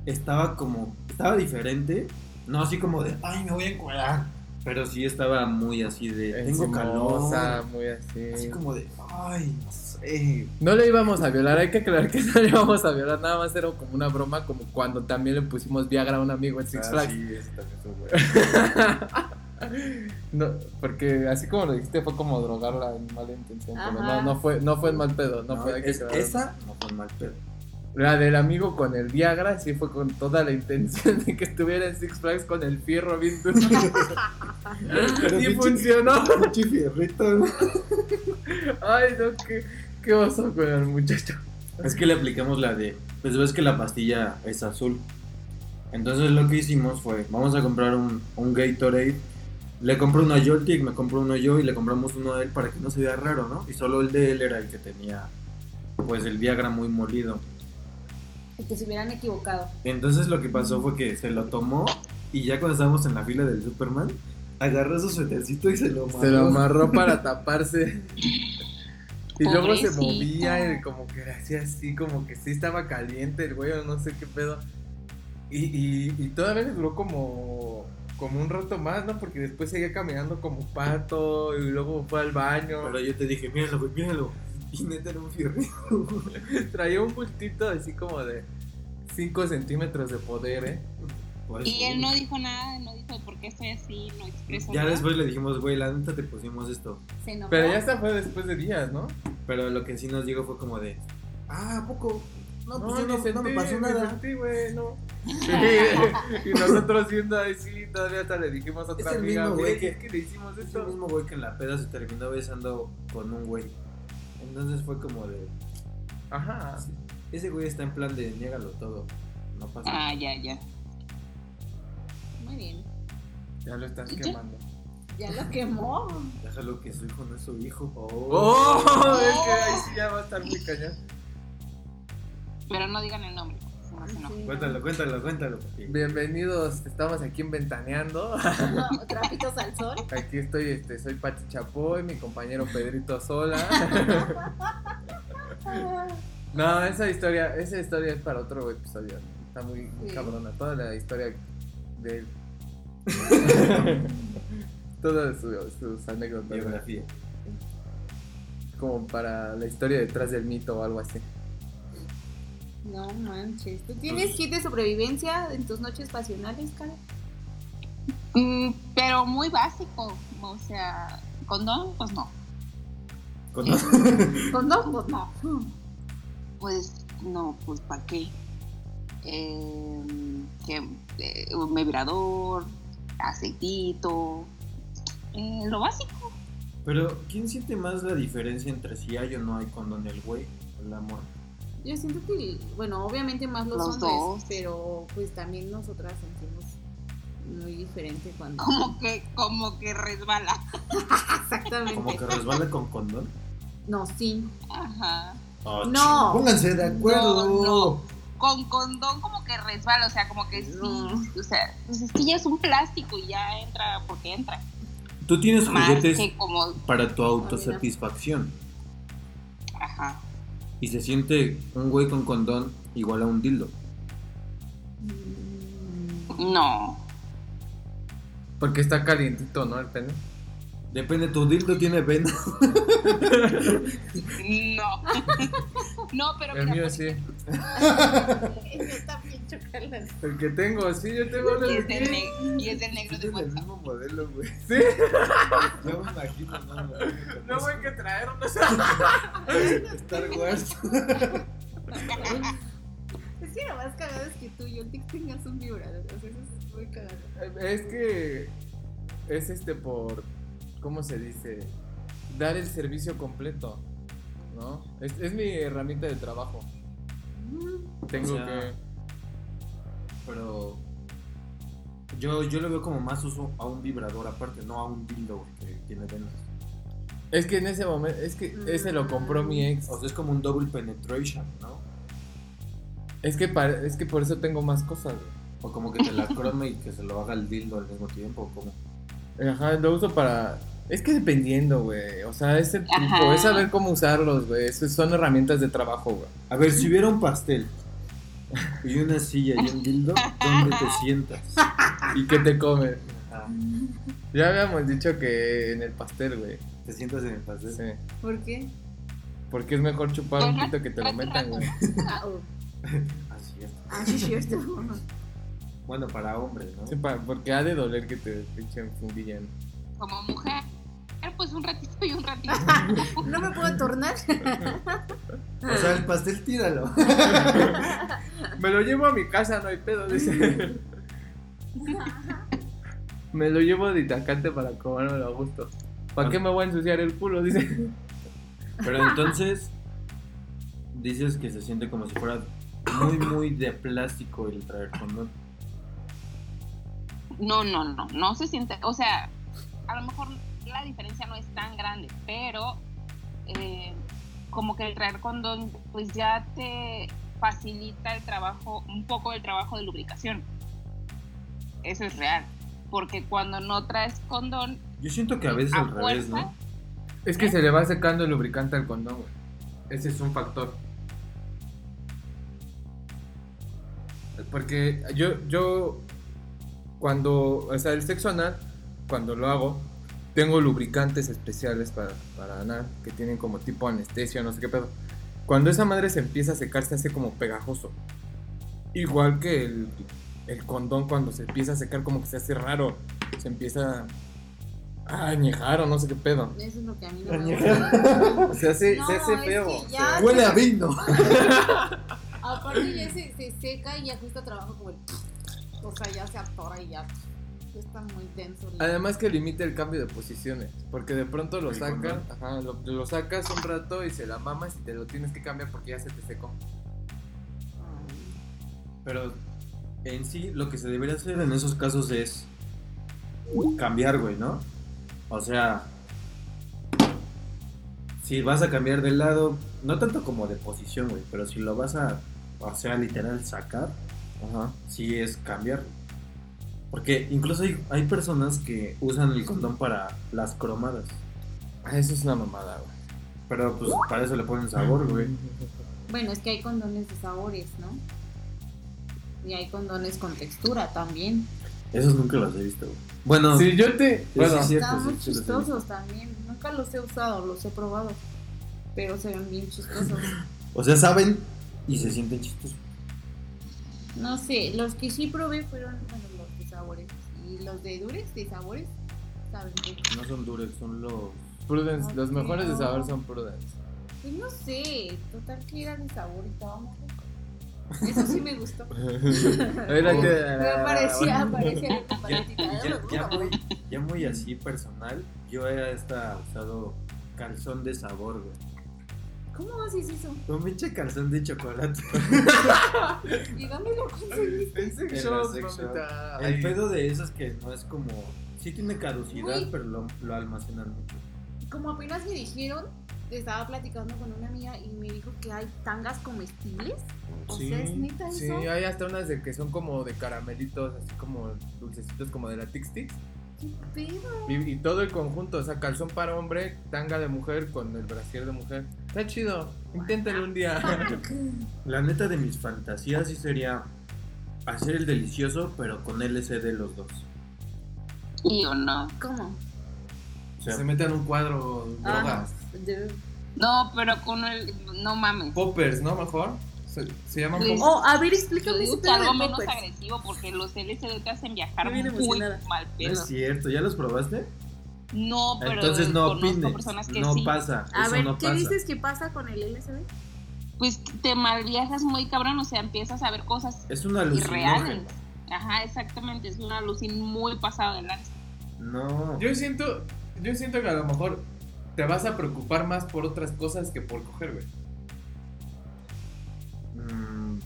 Speaker 2: estaba como, estaba diferente, no así como de, ay, me voy a encuadrar, pero sí estaba muy así de, tengo
Speaker 4: Encimosa,
Speaker 2: calor,
Speaker 4: muy así.
Speaker 2: así como de, ay, no sé.
Speaker 4: No le íbamos a violar, hay que aclarar que no le íbamos a violar, nada más era como una broma, como cuando también le pusimos Viagra a un amigo en Six
Speaker 2: Ah,
Speaker 4: Flags.
Speaker 2: sí, eso también estuvo bueno.
Speaker 4: No, porque así como lo dijiste fue como drogarla en mala intención, pero no,
Speaker 3: Ajá.
Speaker 4: no fue, no fue en mal pedo, no,
Speaker 2: No,
Speaker 4: fue hay que
Speaker 2: es-
Speaker 4: aclararlo.
Speaker 2: esa no fue mal pedo.
Speaker 4: La del amigo con el Viagra sí fue con toda la intención de que estuviera en Six Flags con el fierro bien duro.
Speaker 1: Pero
Speaker 4: y
Speaker 1: pinche-
Speaker 4: funcionó.
Speaker 1: Pinche fierrito, ¿no?
Speaker 4: Ay, no, qué, qué oso con el muchacho.
Speaker 2: Es que le aplicamos la de, pues ves que la pastilla es azul. Entonces lo que hicimos fue, vamos a comprar un, un Gatorade. Le compro uno a Joltik, me compro uno yo y le compramos uno a él para que no se vea raro, ¿no? Y solo el de él era el que tenía, pues, el Viagra muy molido.
Speaker 3: Que se hubieran equivocado.
Speaker 2: Entonces lo que pasó fue que se lo tomó y ya cuando estábamos en la fila del Superman,
Speaker 1: Agarró su suetercito y se lo
Speaker 4: Se lo amarró para taparse. Y luego se
Speaker 5: Pobrecito.
Speaker 4: movía y como que hacía así, como que sí estaba caliente el güey o no sé qué pedo. Y, y, y todavía le duró como, como un rato más, ¿no? Porque después seguía caminando como pato y luego fue al baño.
Speaker 2: pero yo te dije, míralo, güey, míralo. Y neta era un fierro.
Speaker 4: Traía un bultito así como de 5 centímetros de poder, ¿eh?
Speaker 2: Pues,
Speaker 5: Y él no dijo nada, no dijo por qué estoy así, no expresó
Speaker 2: Ya
Speaker 5: nada.
Speaker 2: después le dijimos, güey, la neta te pusimos esto.
Speaker 3: Se enojó.
Speaker 4: Pero ya se fue después de días, ¿no?
Speaker 2: Pero lo que sí nos dijo fue como de,
Speaker 1: Ah, ¿a poco? No, pues yo
Speaker 4: ni
Speaker 1: no, no me
Speaker 4: sentí,
Speaker 1: pasó
Speaker 4: ni
Speaker 1: nada.
Speaker 4: sentí, güey, no. y nosotros siendo ahí, sí, todavía hasta le dijimos a otra
Speaker 1: Es el
Speaker 4: amiga,
Speaker 1: mismo,
Speaker 4: güey,
Speaker 2: güey,
Speaker 4: es que le hicimos
Speaker 2: Es el
Speaker 4: esto.
Speaker 2: mismo güey que en la peda se terminó besando con un güey. Entonces fue como de. "Ah,
Speaker 4: Ajá.
Speaker 2: Ese güey está en plan de niégalo todo. No pasa nada.
Speaker 5: Ah, ya, ya.
Speaker 3: Muy bien.
Speaker 4: Ya lo estás
Speaker 5: ¿Y qué?
Speaker 4: quemando.
Speaker 3: Ya lo quemó.
Speaker 2: Déjalo que su hijo no es su hijo.
Speaker 4: ¡Oh! Es que ahí sí ya va a estar muy cañón.
Speaker 5: Pero no digan el nombre. si
Speaker 3: Ah,
Speaker 5: no se enojan.
Speaker 2: Cuéntalo, cuéntalo, cuéntalo. papi.
Speaker 4: Bienvenidos, estamos aquí en Ventaneando.
Speaker 3: Ah, No, Trapitos al sol.
Speaker 4: Aquí estoy, este, soy Pati Chapoy, mi compañero Pedrito Sola. No, esa historia, esa historia es para otro episodio. Está muy, muy
Speaker 3: Sí.
Speaker 4: cabrona. Toda la historia de Todas su- sus anécdotas. ¿no?
Speaker 2: Biografía.
Speaker 4: Como para la historia detrás del mito o algo así.
Speaker 3: No manches. ¿Tú tienes kit de sobrevivencia en tus noches pasionales, cara?
Speaker 5: Mm, pero muy básico. O sea, condón, pues no.
Speaker 2: Con
Speaker 3: Con dos, pues no.
Speaker 5: Pues no, pues ¿para qué? Em, que, eh, un vibrador, aceitito, eh, lo básico.
Speaker 2: Pero, ¿quién siente más la diferencia entre si hay o no hay condón el güey o la amor?
Speaker 3: Yo siento que, bueno, obviamente más los,
Speaker 5: Los
Speaker 3: hombres,
Speaker 5: dos.
Speaker 3: pero pues también nosotras sentimos muy diferente cuando.
Speaker 5: Como que, como que resbala.
Speaker 2: ¿Como
Speaker 3: Exactamente.
Speaker 2: que resbala con condón?
Speaker 3: No, sí.
Speaker 5: Ajá.
Speaker 2: Oh,
Speaker 3: No.
Speaker 1: Pónganse de acuerdo.
Speaker 5: No, Con condón como que resbala, o sea, como que sí.
Speaker 3: No.
Speaker 5: O sea, pues es que ya es un plástico y ya entra porque entra.
Speaker 2: ch- Tú tienes
Speaker 5: Más
Speaker 2: juguetes
Speaker 5: que como,
Speaker 2: para tu autosatisfacción.
Speaker 5: ajá.
Speaker 2: Y se siente un güey con condón igual a un dildo.
Speaker 5: No.
Speaker 4: Porque está calientito, ¿no? El pene.
Speaker 2: Depende, tu dildo tiene vena.
Speaker 5: No. no, pero
Speaker 4: El
Speaker 5: mira, pues,
Speaker 4: mío
Speaker 5: por
Speaker 4: sí.
Speaker 3: Yo también chocolate.
Speaker 4: El que tengo, sí, yo tengo uno
Speaker 5: Y
Speaker 4: de
Speaker 5: es, del
Speaker 4: aquí.
Speaker 5: neg- y es del negro de WhatsApp.
Speaker 2: mismo modelo, güey.
Speaker 4: Sí,
Speaker 2: Yo me imagino, no, no,
Speaker 4: no voy a traer uno.
Speaker 2: Star Wars.
Speaker 3: Es que lo más cagado es que tú y yo tic tengas un vibrador. O sea, eso es muy cagado.
Speaker 4: Es que es este por, ¿cómo se dice? Dar el servicio completo, ¿no? Es, es mi herramienta de trabajo. Tengo
Speaker 2: O sea,
Speaker 4: que...
Speaker 2: Pero yo, yo lo veo como más uso a un vibrador aparte, no a un dildo güey, que tiene venas.
Speaker 4: Es que en ese momento, es que ese lo compró mi ex.
Speaker 2: O sea, es como un double penetration, ¿no?
Speaker 4: Es que, para- es que por eso tengo más cosas.
Speaker 2: O como que te la crome y que se lo haga el dildo al mismo tiempo, como
Speaker 4: Ajá, lo uso para... Es que dependiendo, güey. O sea, ese tipo,
Speaker 5: Ajá.
Speaker 4: es saber cómo usarlos, güey. Es- Son herramientas de trabajo, güey.
Speaker 2: A ver, si hubiera un pastel y una silla y un dildo, ¿dónde te sientas?
Speaker 4: ¿Y qué te comes?
Speaker 2: Ah,
Speaker 4: Ya habíamos dicho que en el pastel, güey.
Speaker 2: ¿Te sientas en el pastel?
Speaker 4: Sí.
Speaker 3: ¿Por qué?
Speaker 4: Porque es mejor chupar un pito que te lo metan, güey.
Speaker 3: Ah, oh.
Speaker 2: Así es.
Speaker 3: Ah, sí, es cierto.
Speaker 2: Bueno, para hombres, ¿no?
Speaker 4: Sí, pa- porque ha de doler que te echen fundillan.
Speaker 5: Como mujer, pues un ratito y un ratito.
Speaker 3: No me puedo tornar.
Speaker 2: O sea, el pastel tíralo.
Speaker 4: Me lo llevo a mi casa, no hay pedo, dice. me lo llevo de Itacante para comérmelo a gusto. ¿Para qué me voy a ensuciar el culo? Dice.
Speaker 2: Pero entonces, dices que se siente como si fuera muy, muy de plástico el traer condón.
Speaker 5: No, no, no, no se siente, o sea, a lo mejor la diferencia no es tan grande, pero eh, como que el traer condón, pues ya te facilita el trabajo, un poco el trabajo de lubricación. Eso es real, porque cuando no traes condón,
Speaker 2: Yo siento que a veces
Speaker 5: A
Speaker 2: al revés,
Speaker 5: fuerza.
Speaker 2: ¿no?
Speaker 4: Es que se le va secando el lubricante al condón, güey. Ese es un factor. Porque yo, yo, cuando, o sea, el sexo anal, cuando lo hago, tengo lubricantes especiales para, para anal, que tienen como tipo anestesia, no sé qué pedo. Cuando esa madre se empieza a secar, se hace como pegajoso. Igual que el, el condón cuando se empieza a secar, como que se hace raro. Se empieza añejar o no sé qué pedo.
Speaker 6: Eso es lo que a mí no me gusta.
Speaker 4: Se hace,
Speaker 3: No,
Speaker 4: se hace
Speaker 3: es
Speaker 4: feo.
Speaker 3: que ya-
Speaker 4: se-
Speaker 7: Huele a vino.
Speaker 3: Aparte ya se, se seca y ya cuesta trabajo como el... O sea, ya se atora y ya... ya está muy denso. el-
Speaker 4: Además que limita el cambio de posiciones, porque de pronto lo
Speaker 2: El
Speaker 4: sacan,
Speaker 2: condón.
Speaker 4: ajá, lo, lo sacas un rato y se la mamas y te lo tienes que cambiar porque ya se te secó.
Speaker 2: Pero en sí, lo que se debería hacer en esos casos es cambiar, güey, ¿no? O sea, si vas a cambiar de lado, no tanto como de posición, güey, pero si lo vas a, o sea, literal sacar,
Speaker 4: Ajá.
Speaker 2: sí es cambiar. Porque incluso hay, hay personas que usan el condón para las cromadas.
Speaker 4: Ah, Eso es una mamada, güey.
Speaker 2: Pero pues para eso le ponen sabor, güey.
Speaker 3: Bueno, es que hay condones de sabores, ¿no? Y hay condones con textura también.
Speaker 2: Esos nunca los he visto, güey. Bueno,
Speaker 4: Si yo te... Bueno,
Speaker 2: sí, sí. Cierto,
Speaker 3: Están muy
Speaker 2: sí, sí los he
Speaker 3: chistosos también. Nunca los he usado, los he probado. Pero se ven bien chistosos.
Speaker 2: o sea, saben y se sienten chistosos.
Speaker 3: No sé, los que sí probé fueron bueno, los de sabores. Y los de dures, de sabores, saben rico.
Speaker 2: No son duros, son los...
Speaker 4: Prudence, los
Speaker 3: Ok,
Speaker 4: mejores de
Speaker 3: no.
Speaker 4: sabor son Prudence.
Speaker 3: Pues no sé, total que era de sabor y estaba muy rico. Eso sí me gustó.
Speaker 4: Era
Speaker 2: Oh.
Speaker 3: Pero parecía,
Speaker 4: que...
Speaker 3: parecía parecía-
Speaker 2: ya, ya muy, ya muy así personal, yo era hasta usado calzón de sabor, güey.
Speaker 3: ¿Cómo haces eso?
Speaker 2: Un pinche calzón de chocolate.
Speaker 3: ¿Y dónde lo conseguiste?
Speaker 4: En sex
Speaker 2: En
Speaker 4: shop,
Speaker 2: la sex shop.
Speaker 4: mamita.
Speaker 2: El
Speaker 4: Ay.
Speaker 2: pedo de eso es que no es como. Sí tiene caducidad,
Speaker 3: Uy.
Speaker 2: pero lo, lo almacenan mucho.
Speaker 3: Como apenas me dijeron, estaba platicando con una amiga y me dijo que hay tangas comestibles. O sea, es neta eso.
Speaker 4: Sí, hay hasta unas de que son como de caramelitos, así como dulcecitos como de la Tix Tix.
Speaker 3: ¿Qué pedo?
Speaker 4: Y, y todo el conjunto, o sea, calzón para hombre, tanga de mujer con el brasier de mujer. Está chido, inténtalo un día.
Speaker 2: La neta de mis fantasías sí sería hacer el delicioso, pero con LCD los dos.
Speaker 5: Y o no.
Speaker 3: ¿Cómo?
Speaker 2: O sea,
Speaker 4: meten un cuadro
Speaker 3: Ah.
Speaker 4: drogas.
Speaker 5: No, pero con el. No mames.
Speaker 4: Poppers, ¿no? Mejor. Se, se llaman
Speaker 5: Sí.
Speaker 4: poppers.
Speaker 3: Oh, a ver,
Speaker 5: Yo
Speaker 3: explícame ese pues.
Speaker 5: digo que
Speaker 3: pedo
Speaker 5: algo
Speaker 3: de
Speaker 5: menos
Speaker 3: poppers.
Speaker 5: agresivo porque los LCD te hacen viajar
Speaker 3: Yo bien
Speaker 5: muy
Speaker 3: emocionada.
Speaker 5: mal
Speaker 2: no
Speaker 5: pedo.
Speaker 2: es cierto, ¿ya los probaste?
Speaker 5: No, pero
Speaker 2: Pues Entonces no
Speaker 5: conozco
Speaker 2: opines.
Speaker 5: personas que
Speaker 2: No
Speaker 5: sí.
Speaker 2: pasa.
Speaker 3: A
Speaker 2: eso
Speaker 3: ver,
Speaker 2: no
Speaker 3: ¿qué
Speaker 2: pasa.
Speaker 3: dices que pasa con el LSD?
Speaker 5: Pues te malviajas muy cabrón, o sea, empiezas a ver cosas
Speaker 2: Es una
Speaker 5: irreales.
Speaker 2: alucinación.
Speaker 5: Ajá, exactamente, es una alucin muy pasada de lanza.
Speaker 2: No.
Speaker 4: Yo siento, yo siento que a lo mejor te vas a preocupar más por otras cosas que por coger, güey.
Speaker 2: Mm,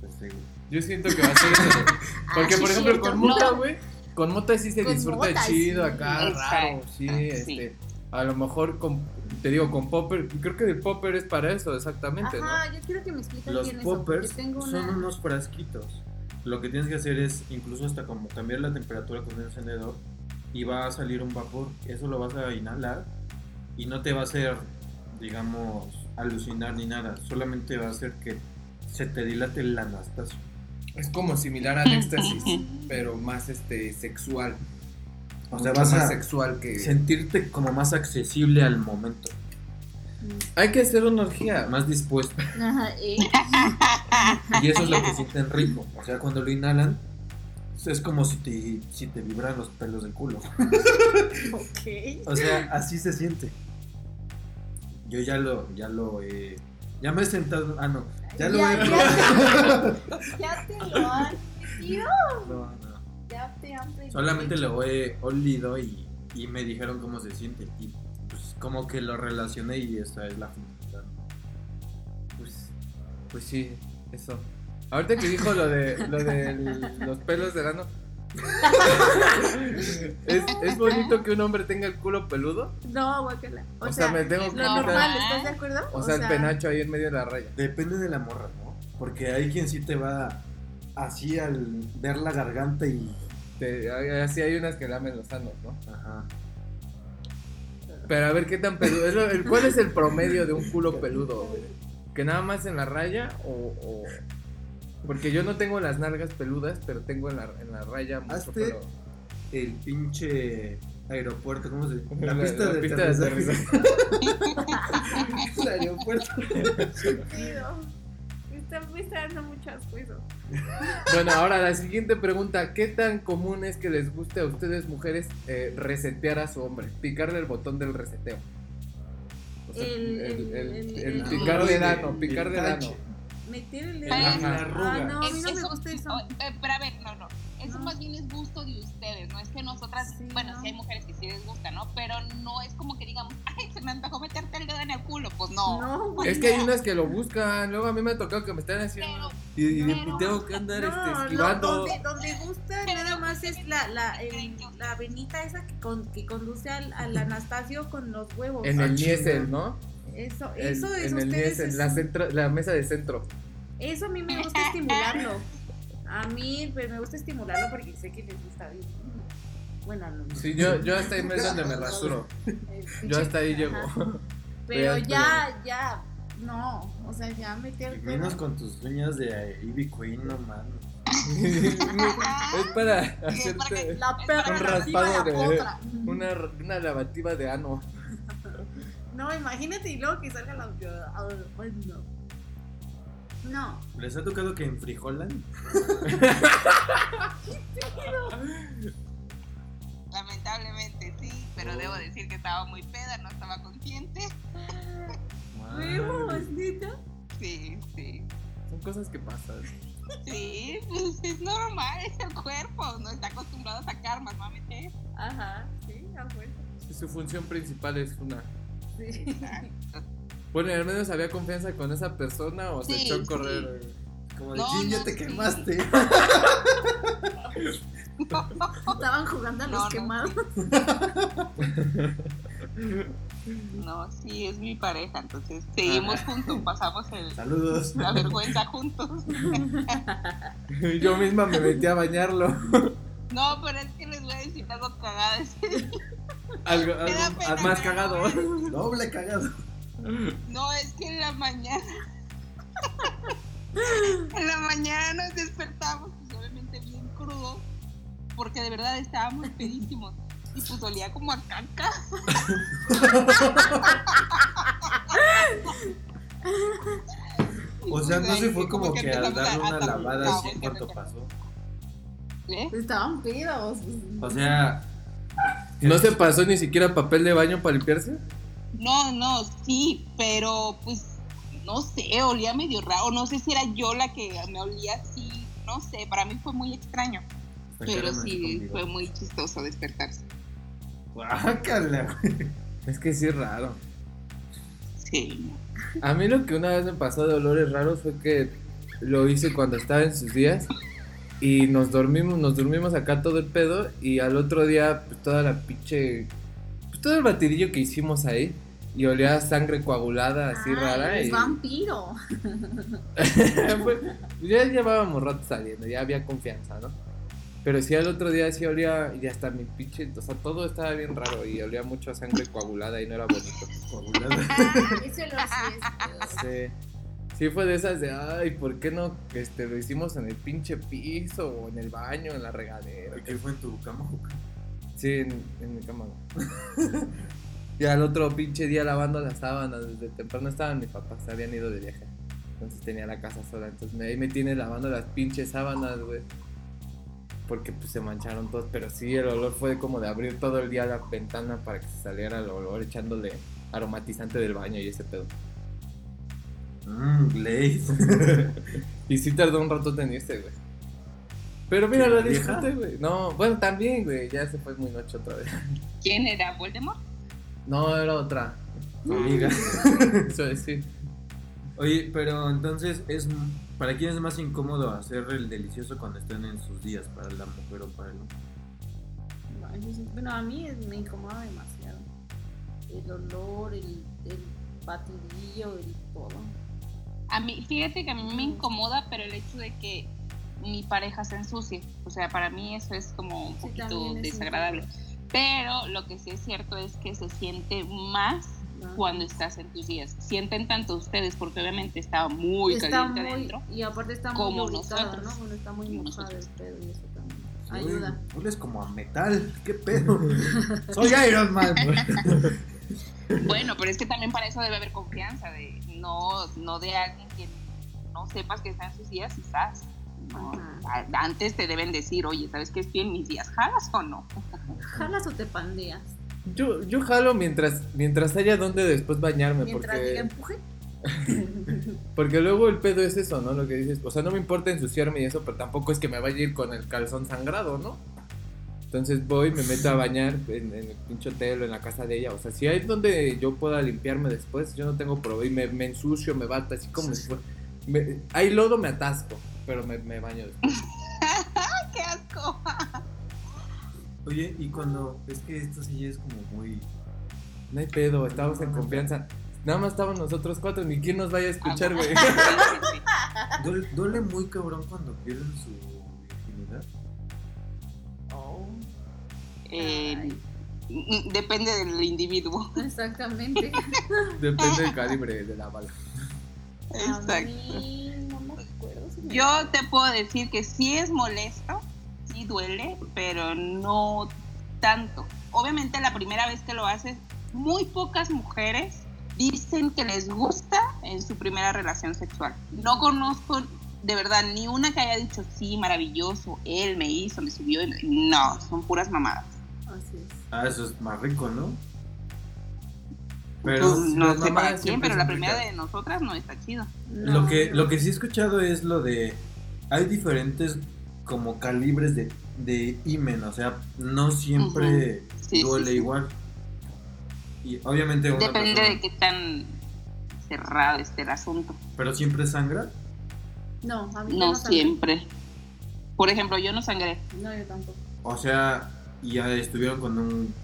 Speaker 2: pues sí, güey.
Speaker 4: Yo siento que va a ser eso.
Speaker 3: Ah,
Speaker 4: Porque, por ejemplo, con mota, güey, con mota sí se
Speaker 3: Con
Speaker 4: disfruta
Speaker 3: mota,
Speaker 4: chido
Speaker 3: sí. Ah,
Speaker 4: acá, raro,
Speaker 5: Exacto,
Speaker 4: sí,
Speaker 5: sí.
Speaker 4: este, a lo mejor con, te digo, con popper, creo que el popper es para eso, exactamente,
Speaker 3: Ajá, yo quiero que me expliques
Speaker 2: Los
Speaker 3: bien eso. porque
Speaker 2: poppers
Speaker 3: tengo una...
Speaker 2: son unos frasquitos. Lo que tienes que hacer es incluso hasta como cambiar la temperatura con el encendedor y va a salir un vapor. Eso lo vas a inhalar y no te va a hacer, digamos, alucinar ni nada. Solamente va a hacer que se te dilate el anastasio.
Speaker 4: ¿no? Es como similar al éxtasis, pero más este sexual.
Speaker 2: O sea,
Speaker 4: Mucho
Speaker 2: vas
Speaker 4: más
Speaker 2: a
Speaker 4: sexual que
Speaker 2: sentirte como más accesible al momento,
Speaker 4: Hay que hacer una orgía.
Speaker 2: más dispuesto.
Speaker 3: Ajá, eh.
Speaker 2: Y eso es lo que sienten rico. O sea, cuando lo inhalan, es como si te, si te vibran los pelos del culo.
Speaker 3: ok.
Speaker 2: O sea, así se siente. Yo ya lo, ya lo he. Ya me he sentado. Ah, no. Ya lo he probado.
Speaker 3: Ya te lo han metido,
Speaker 2: No, no.
Speaker 3: ya te han metido.
Speaker 2: Solamente lo he olido y, y me dijeron cómo se siente. Y pues como que lo relacioné y esa es la finalidad.
Speaker 4: Pues, pues sí, eso. Ahorita que dijo lo de, lo de los pelos de ano. ¿Es, ¿Es bonito que un hombre tenga el culo peludo?
Speaker 3: No, guácala.
Speaker 4: O, sea, me tengo que
Speaker 5: lo
Speaker 3: lo
Speaker 4: quitar-
Speaker 3: normal, ¿estás de acuerdo?
Speaker 4: O sea, el penacho ahí en medio de la raya.
Speaker 2: Depende de la morra, ¿no? Porque hay quien sí te va así al ver la garganta y.
Speaker 4: Te- hay- así hay unas que lamen los anos, ¿no?
Speaker 2: Ajá.
Speaker 4: Pero a ver qué tan peludo. es lo- el- ¿Cuál es el promedio de un culo peludo? güey? ¿Que nada más en la raya o.? o- Porque yo no tengo las nalgas peludas, pero tengo en la, en la raya mucho
Speaker 2: Hazte
Speaker 4: pelo.
Speaker 2: El pinche aeropuerto, ¿cómo se dice?
Speaker 4: La- la pista de aterrizaje.
Speaker 2: El aeropuerto.
Speaker 3: Está
Speaker 8: está, me está dando mucho asco eso.
Speaker 4: Bueno, ahora la siguiente pregunta. ¿Qué tan común es que les guste a ustedes mujeres eh, resetear a su hombre? Picarle el botón del reseteo. O sea,
Speaker 8: El-
Speaker 4: el, el,
Speaker 8: el-
Speaker 4: el
Speaker 8: el-
Speaker 4: picarle
Speaker 2: el-
Speaker 4: dano,
Speaker 2: el
Speaker 4: picarle dano.
Speaker 2: touch.
Speaker 8: Meter el
Speaker 2: En
Speaker 8: dedo.
Speaker 2: la, en la
Speaker 4: Ajá.
Speaker 2: arruga.
Speaker 8: Ah, no, a mí no me
Speaker 5: Eso-
Speaker 8: gusta eso.
Speaker 5: Oh, eh, pero a ver, no, no. Eso
Speaker 8: No.
Speaker 5: más bien es gusto de ustedes, ¿no? Es que nosotras,
Speaker 8: Sí,
Speaker 5: bueno,
Speaker 8: ¿no?
Speaker 5: sí hay mujeres que sí les gusta, ¿no? Pero no es como que digamos, ay, se me antojó meterte el dedo en el culo. Pues no.
Speaker 8: No, güey.
Speaker 4: Es que hay unas que lo buscan. Luego a mí me ha tocado que me están haciendo. Y, y- y
Speaker 5: pero-
Speaker 4: tengo que andar este,
Speaker 8: No, no,
Speaker 4: esquivando.
Speaker 8: donde, donde gusta
Speaker 5: Pero
Speaker 8: nada
Speaker 5: no
Speaker 8: más
Speaker 5: creo
Speaker 8: es
Speaker 5: que-
Speaker 8: la, la, el-
Speaker 5: creen que-
Speaker 8: la venita esa que, con, que conduce al, al Anastasio con los huevos.
Speaker 4: en el
Speaker 8: Ah,
Speaker 4: Niesel, ¿no?
Speaker 8: Eso,
Speaker 4: El-
Speaker 8: eso es
Speaker 4: en el
Speaker 8: ustedes.
Speaker 4: Niesel,
Speaker 8: es-
Speaker 4: la, centra- la mesa de centro.
Speaker 8: Eso a mí me gusta estimularlo. A mí pues, me gusta estimularlo porque sé que les gusta bien. Bueno, a lo mejor.
Speaker 4: Sí, yo, yo hasta ahí es donde me rasuro. Yo hasta ahí llego.
Speaker 8: Pero
Speaker 4: Vean,
Speaker 8: ya, ya. No, o sea, ya
Speaker 2: Y
Speaker 8: meter.
Speaker 2: Menos con tus uñas de eh, Ivy Queen, no mames.
Speaker 4: es para
Speaker 5: Sí, para que-
Speaker 4: hacerte
Speaker 8: La
Speaker 5: Un
Speaker 8: perra
Speaker 4: raspado
Speaker 8: la
Speaker 4: de-
Speaker 8: potra.
Speaker 4: una, una lavativa de ano.
Speaker 8: No, imagínate y luego que salga la. ah, Bueno. No.
Speaker 2: ¿Les ha tocado que enfrijolan?
Speaker 5: Lamentablemente sí, pero
Speaker 2: Oh.
Speaker 5: debo decir que estaba muy peda, no estaba consciente.
Speaker 4: Ah.
Speaker 8: Huevos, neta.
Speaker 5: Sí, sí.
Speaker 4: Son cosas que pasan.
Speaker 5: Sí, pues es normal, es el cuerpo, no está acostumbrado a sacar más mames ¿eh? que eso.
Speaker 8: Ajá, sí, a fuerza.
Speaker 4: Sí, Su función principal es una.
Speaker 8: Sí.
Speaker 4: Bueno, al menos había confianza con esa persona o se
Speaker 5: Sí,
Speaker 4: echó a
Speaker 5: sí.
Speaker 4: correr.
Speaker 2: Como de
Speaker 5: No,
Speaker 2: "Jin, ya
Speaker 5: no,
Speaker 2: te
Speaker 5: sí.
Speaker 2: quemaste.
Speaker 8: Estaban jugando a los
Speaker 5: No, no.
Speaker 8: quemados.
Speaker 5: No, sí, es mi pareja, entonces seguimos juntos, pasamos el-
Speaker 2: Saludos.
Speaker 5: la vergüenza juntos.
Speaker 4: Yo misma me metí a bañarlo.
Speaker 5: No, pero es que les voy a decir algo cagado.
Speaker 4: Algo,
Speaker 5: Me da
Speaker 4: algo
Speaker 5: pena,
Speaker 4: más
Speaker 5: pero-
Speaker 4: cagado.
Speaker 2: Doble cagado.
Speaker 5: No, es que en la mañana. en la mañana nos despertamos, pues obviamente bien crudo, porque de verdad estábamos pedísimos. Y pues olía como a caca.
Speaker 2: O sea,
Speaker 5: Pues
Speaker 2: no
Speaker 5: ahí
Speaker 2: se
Speaker 5: sí
Speaker 2: fue como que al
Speaker 5: empezamos a-
Speaker 2: darle
Speaker 5: a
Speaker 2: una
Speaker 5: tapar
Speaker 2: lavada así
Speaker 5: agua,
Speaker 2: en
Speaker 5: que
Speaker 2: cuanto
Speaker 5: no-
Speaker 2: pasó.
Speaker 5: ¿Eh?
Speaker 9: Estaban pedos.
Speaker 2: O
Speaker 4: Pues,
Speaker 2: sea,
Speaker 4: ¿No se pasó ni siquiera papel de baño para limpiarse?
Speaker 5: No, no, sí, pero pues no sé, olía medio raro. No sé si era yo la que me olía así. No sé, para mí fue muy extraño. Pero
Speaker 2: sacaron así
Speaker 5: sí,
Speaker 2: conmigo.
Speaker 5: fue muy chistoso despertarse.
Speaker 2: Guácala.
Speaker 4: Es que sí es raro.
Speaker 5: Sí.
Speaker 4: A mí lo que una vez me pasó de olores raros fue que lo hice cuando estaba en sus días y nos dormimos, nos dormimos acá todo el pedo y al otro día pues toda la pinche, pues, todo el batidillo que hicimos ahí y olía a sangre coagulada así rara.
Speaker 9: Es
Speaker 4: y-
Speaker 9: vampiro.
Speaker 4: Fue- ya llevábamos rato saliendo, ya había confianza, ¿no? Pero sí al otro día sí olía y hasta mi pinche, o sea, todo estaba bien raro y olía mucho a sangre coagulada y no era bonito.
Speaker 2: Coagulada.
Speaker 4: Ah,
Speaker 9: Ese lo es.
Speaker 4: Sí. Sí fue de esas de, ay, ¿por qué no este, lo hicimos en el pinche piso o en el baño, en la regadera?
Speaker 2: ¿Qué fue en tu cama, Juca?
Speaker 4: Sí, en, en mi cama. güey. y al otro pinche día lavando las sábanas, desde temprano estaban mis papás, se habían ido de viaje. Entonces tenía la casa sola, entonces me- ahí me tiene lavando las pinches sábanas, güey. Porque pues se mancharon todos, pero sí, el olor fue como de abrir todo el día la ventana para que se saliera el olor echándole aromatizante del baño y ese pedo.
Speaker 2: Mmm, Blaze.
Speaker 4: Y sí tardó un rato en irse, güey. Pero mira,
Speaker 2: ¿Que
Speaker 4: lo
Speaker 2: la vieja?
Speaker 4: disfruté, güey. No, bueno, también, güey. Ya se fue muy noche otra vez.
Speaker 5: ¿Quién era? ¿Voldemort?
Speaker 4: No, era otra.
Speaker 2: Tu amiga.
Speaker 4: Eso sí.
Speaker 2: Oye, pero entonces, es ¿para quién es más incómodo hacer el delicioso cuando están en sus días? ¿Para la mujer o para el hombre?
Speaker 9: No, yo sí- Bueno, a mí es- me incomoda demasiado.
Speaker 3: El olor, el, el batidillo, el todo.
Speaker 5: A mí, fíjate que a mí me incomoda, pero el hecho de que mi pareja se ensucie, o sea, para mí eso es como un poquito
Speaker 9: también es
Speaker 5: desagradable. Pero lo que sí es cierto es que se siente más
Speaker 9: Ah.
Speaker 5: cuando estás en tus días. Sienten tanto ustedes porque obviamente está muy
Speaker 3: está
Speaker 5: caliente
Speaker 3: muy,
Speaker 5: adentro.
Speaker 3: y aparte está muy
Speaker 5: como
Speaker 3: lubricado,
Speaker 5: nosotros.
Speaker 3: ¿no? Bueno, está muy mojado el pedo y eso también. Ayuda.
Speaker 2: Uy, Hueles como a metal. ¿Qué pedo? Soy Iron Man.
Speaker 5: Bueno, pero es que también para eso debe haber confianza de no no de alguien que no sepas que está en sus días y estás. ¿no? A- Antes te deben decir, oye, ¿sabes qué estoy en mis días? ¿Jalas o no?
Speaker 8: ¿Jalas o te pandeas?
Speaker 4: Yo, yo jalo mientras, mientras haya donde después bañarme.
Speaker 8: Mientras
Speaker 4: porque...
Speaker 8: diga empuje.
Speaker 4: Porque luego el pedo es eso, ¿no? Lo que dices, o sea, no me importa ensuciarme y eso, pero tampoco es que me vaya a ir con el calzón sangrado, ¿no? Entonces voy, me meto a bañar en, en el pinche hotel o en la casa de ella. O sea, si hay donde yo pueda limpiarme después, yo no tengo problema. Y me, me ensucio, me bato, así como si fuera- me- hay lodo, me atasco, pero me, me baño después.
Speaker 5: ¡Qué asco!
Speaker 2: Oye, y cuando. Es que esto sí es como muy.
Speaker 4: No hay pedo, estamos en confianza. Nada más estamos nosotros cuatro, ni quién nos vaya a
Speaker 5: Ah,
Speaker 4: escuchar, güey.
Speaker 2: Duele, duele muy cabrón cuando pierden su virginidad.
Speaker 5: Eh, depende del individuo.
Speaker 8: Exactamente.
Speaker 4: Depende del calibre de la bala.
Speaker 5: Exacto.
Speaker 8: A mí no me acuerdo si me-
Speaker 5: Yo te puedo decir que sí es molesto, sí duele, pero no tanto. Obviamente la primera vez que lo haces, muy pocas mujeres dicen que les gusta en su primera relación sexual. No conozco de verdad ni una que haya dicho, sí, maravilloso, él me hizo, me subió. y me-". No, son puras mamadas.
Speaker 8: Así es.
Speaker 2: Ah, eso es más rico, ¿no?
Speaker 5: Pues,
Speaker 2: sí,
Speaker 5: no
Speaker 2: las
Speaker 5: sé para
Speaker 2: mamadas
Speaker 5: quién,
Speaker 2: siempre
Speaker 5: pero la
Speaker 2: son
Speaker 5: primera
Speaker 2: ricas.
Speaker 5: de nosotras no está chido.
Speaker 2: Lo
Speaker 8: No.
Speaker 2: que, lo que sí he escuchado es lo de. Hay diferentes como calibres de, de imen, o sea, no siempre
Speaker 5: Sí,
Speaker 2: duele
Speaker 5: sí, sí.
Speaker 2: igual. Y obviamente una
Speaker 5: Depende
Speaker 2: persona,
Speaker 5: de qué tan cerrado esté el asunto.
Speaker 2: pero siempre sangra.
Speaker 8: No, a mí
Speaker 5: No
Speaker 8: sangré.
Speaker 5: siempre. Por ejemplo, yo no sangré.
Speaker 8: No, yo tampoco.
Speaker 2: O sea, y ya estuvieron con un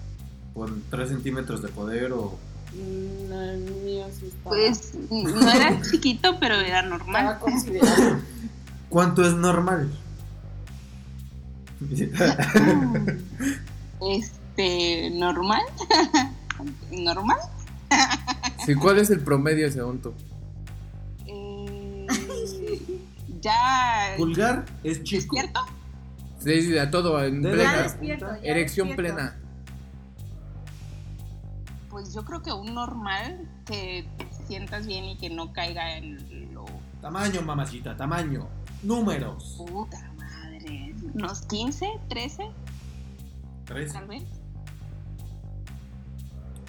Speaker 2: con 3 centímetros de poder o
Speaker 9: Mm, No, el mío sí estaba.
Speaker 5: Pues no era chiquito, pero era normal.
Speaker 3: Ah,
Speaker 9: estaba considerado.
Speaker 2: ¿Cuánto es normal?
Speaker 5: Este, normal. normal.
Speaker 4: Sí, ¿cuál es el promedio según tú?
Speaker 5: Eh, ya.
Speaker 2: Pulgar es chico.
Speaker 5: ¿Despierto?
Speaker 4: Sí, sí, a todo, en
Speaker 2: De
Speaker 4: plena.
Speaker 8: Ya
Speaker 2: la-
Speaker 8: despierto. ya
Speaker 4: Erección
Speaker 8: despierto.
Speaker 4: plena.
Speaker 5: Pues yo creo que un normal que te sientas bien y que no caiga en lo
Speaker 2: Tamaño, mamacita, tamaño. Números.
Speaker 5: puta madre. Unos 15, 13,
Speaker 2: Tres.
Speaker 5: tal vez.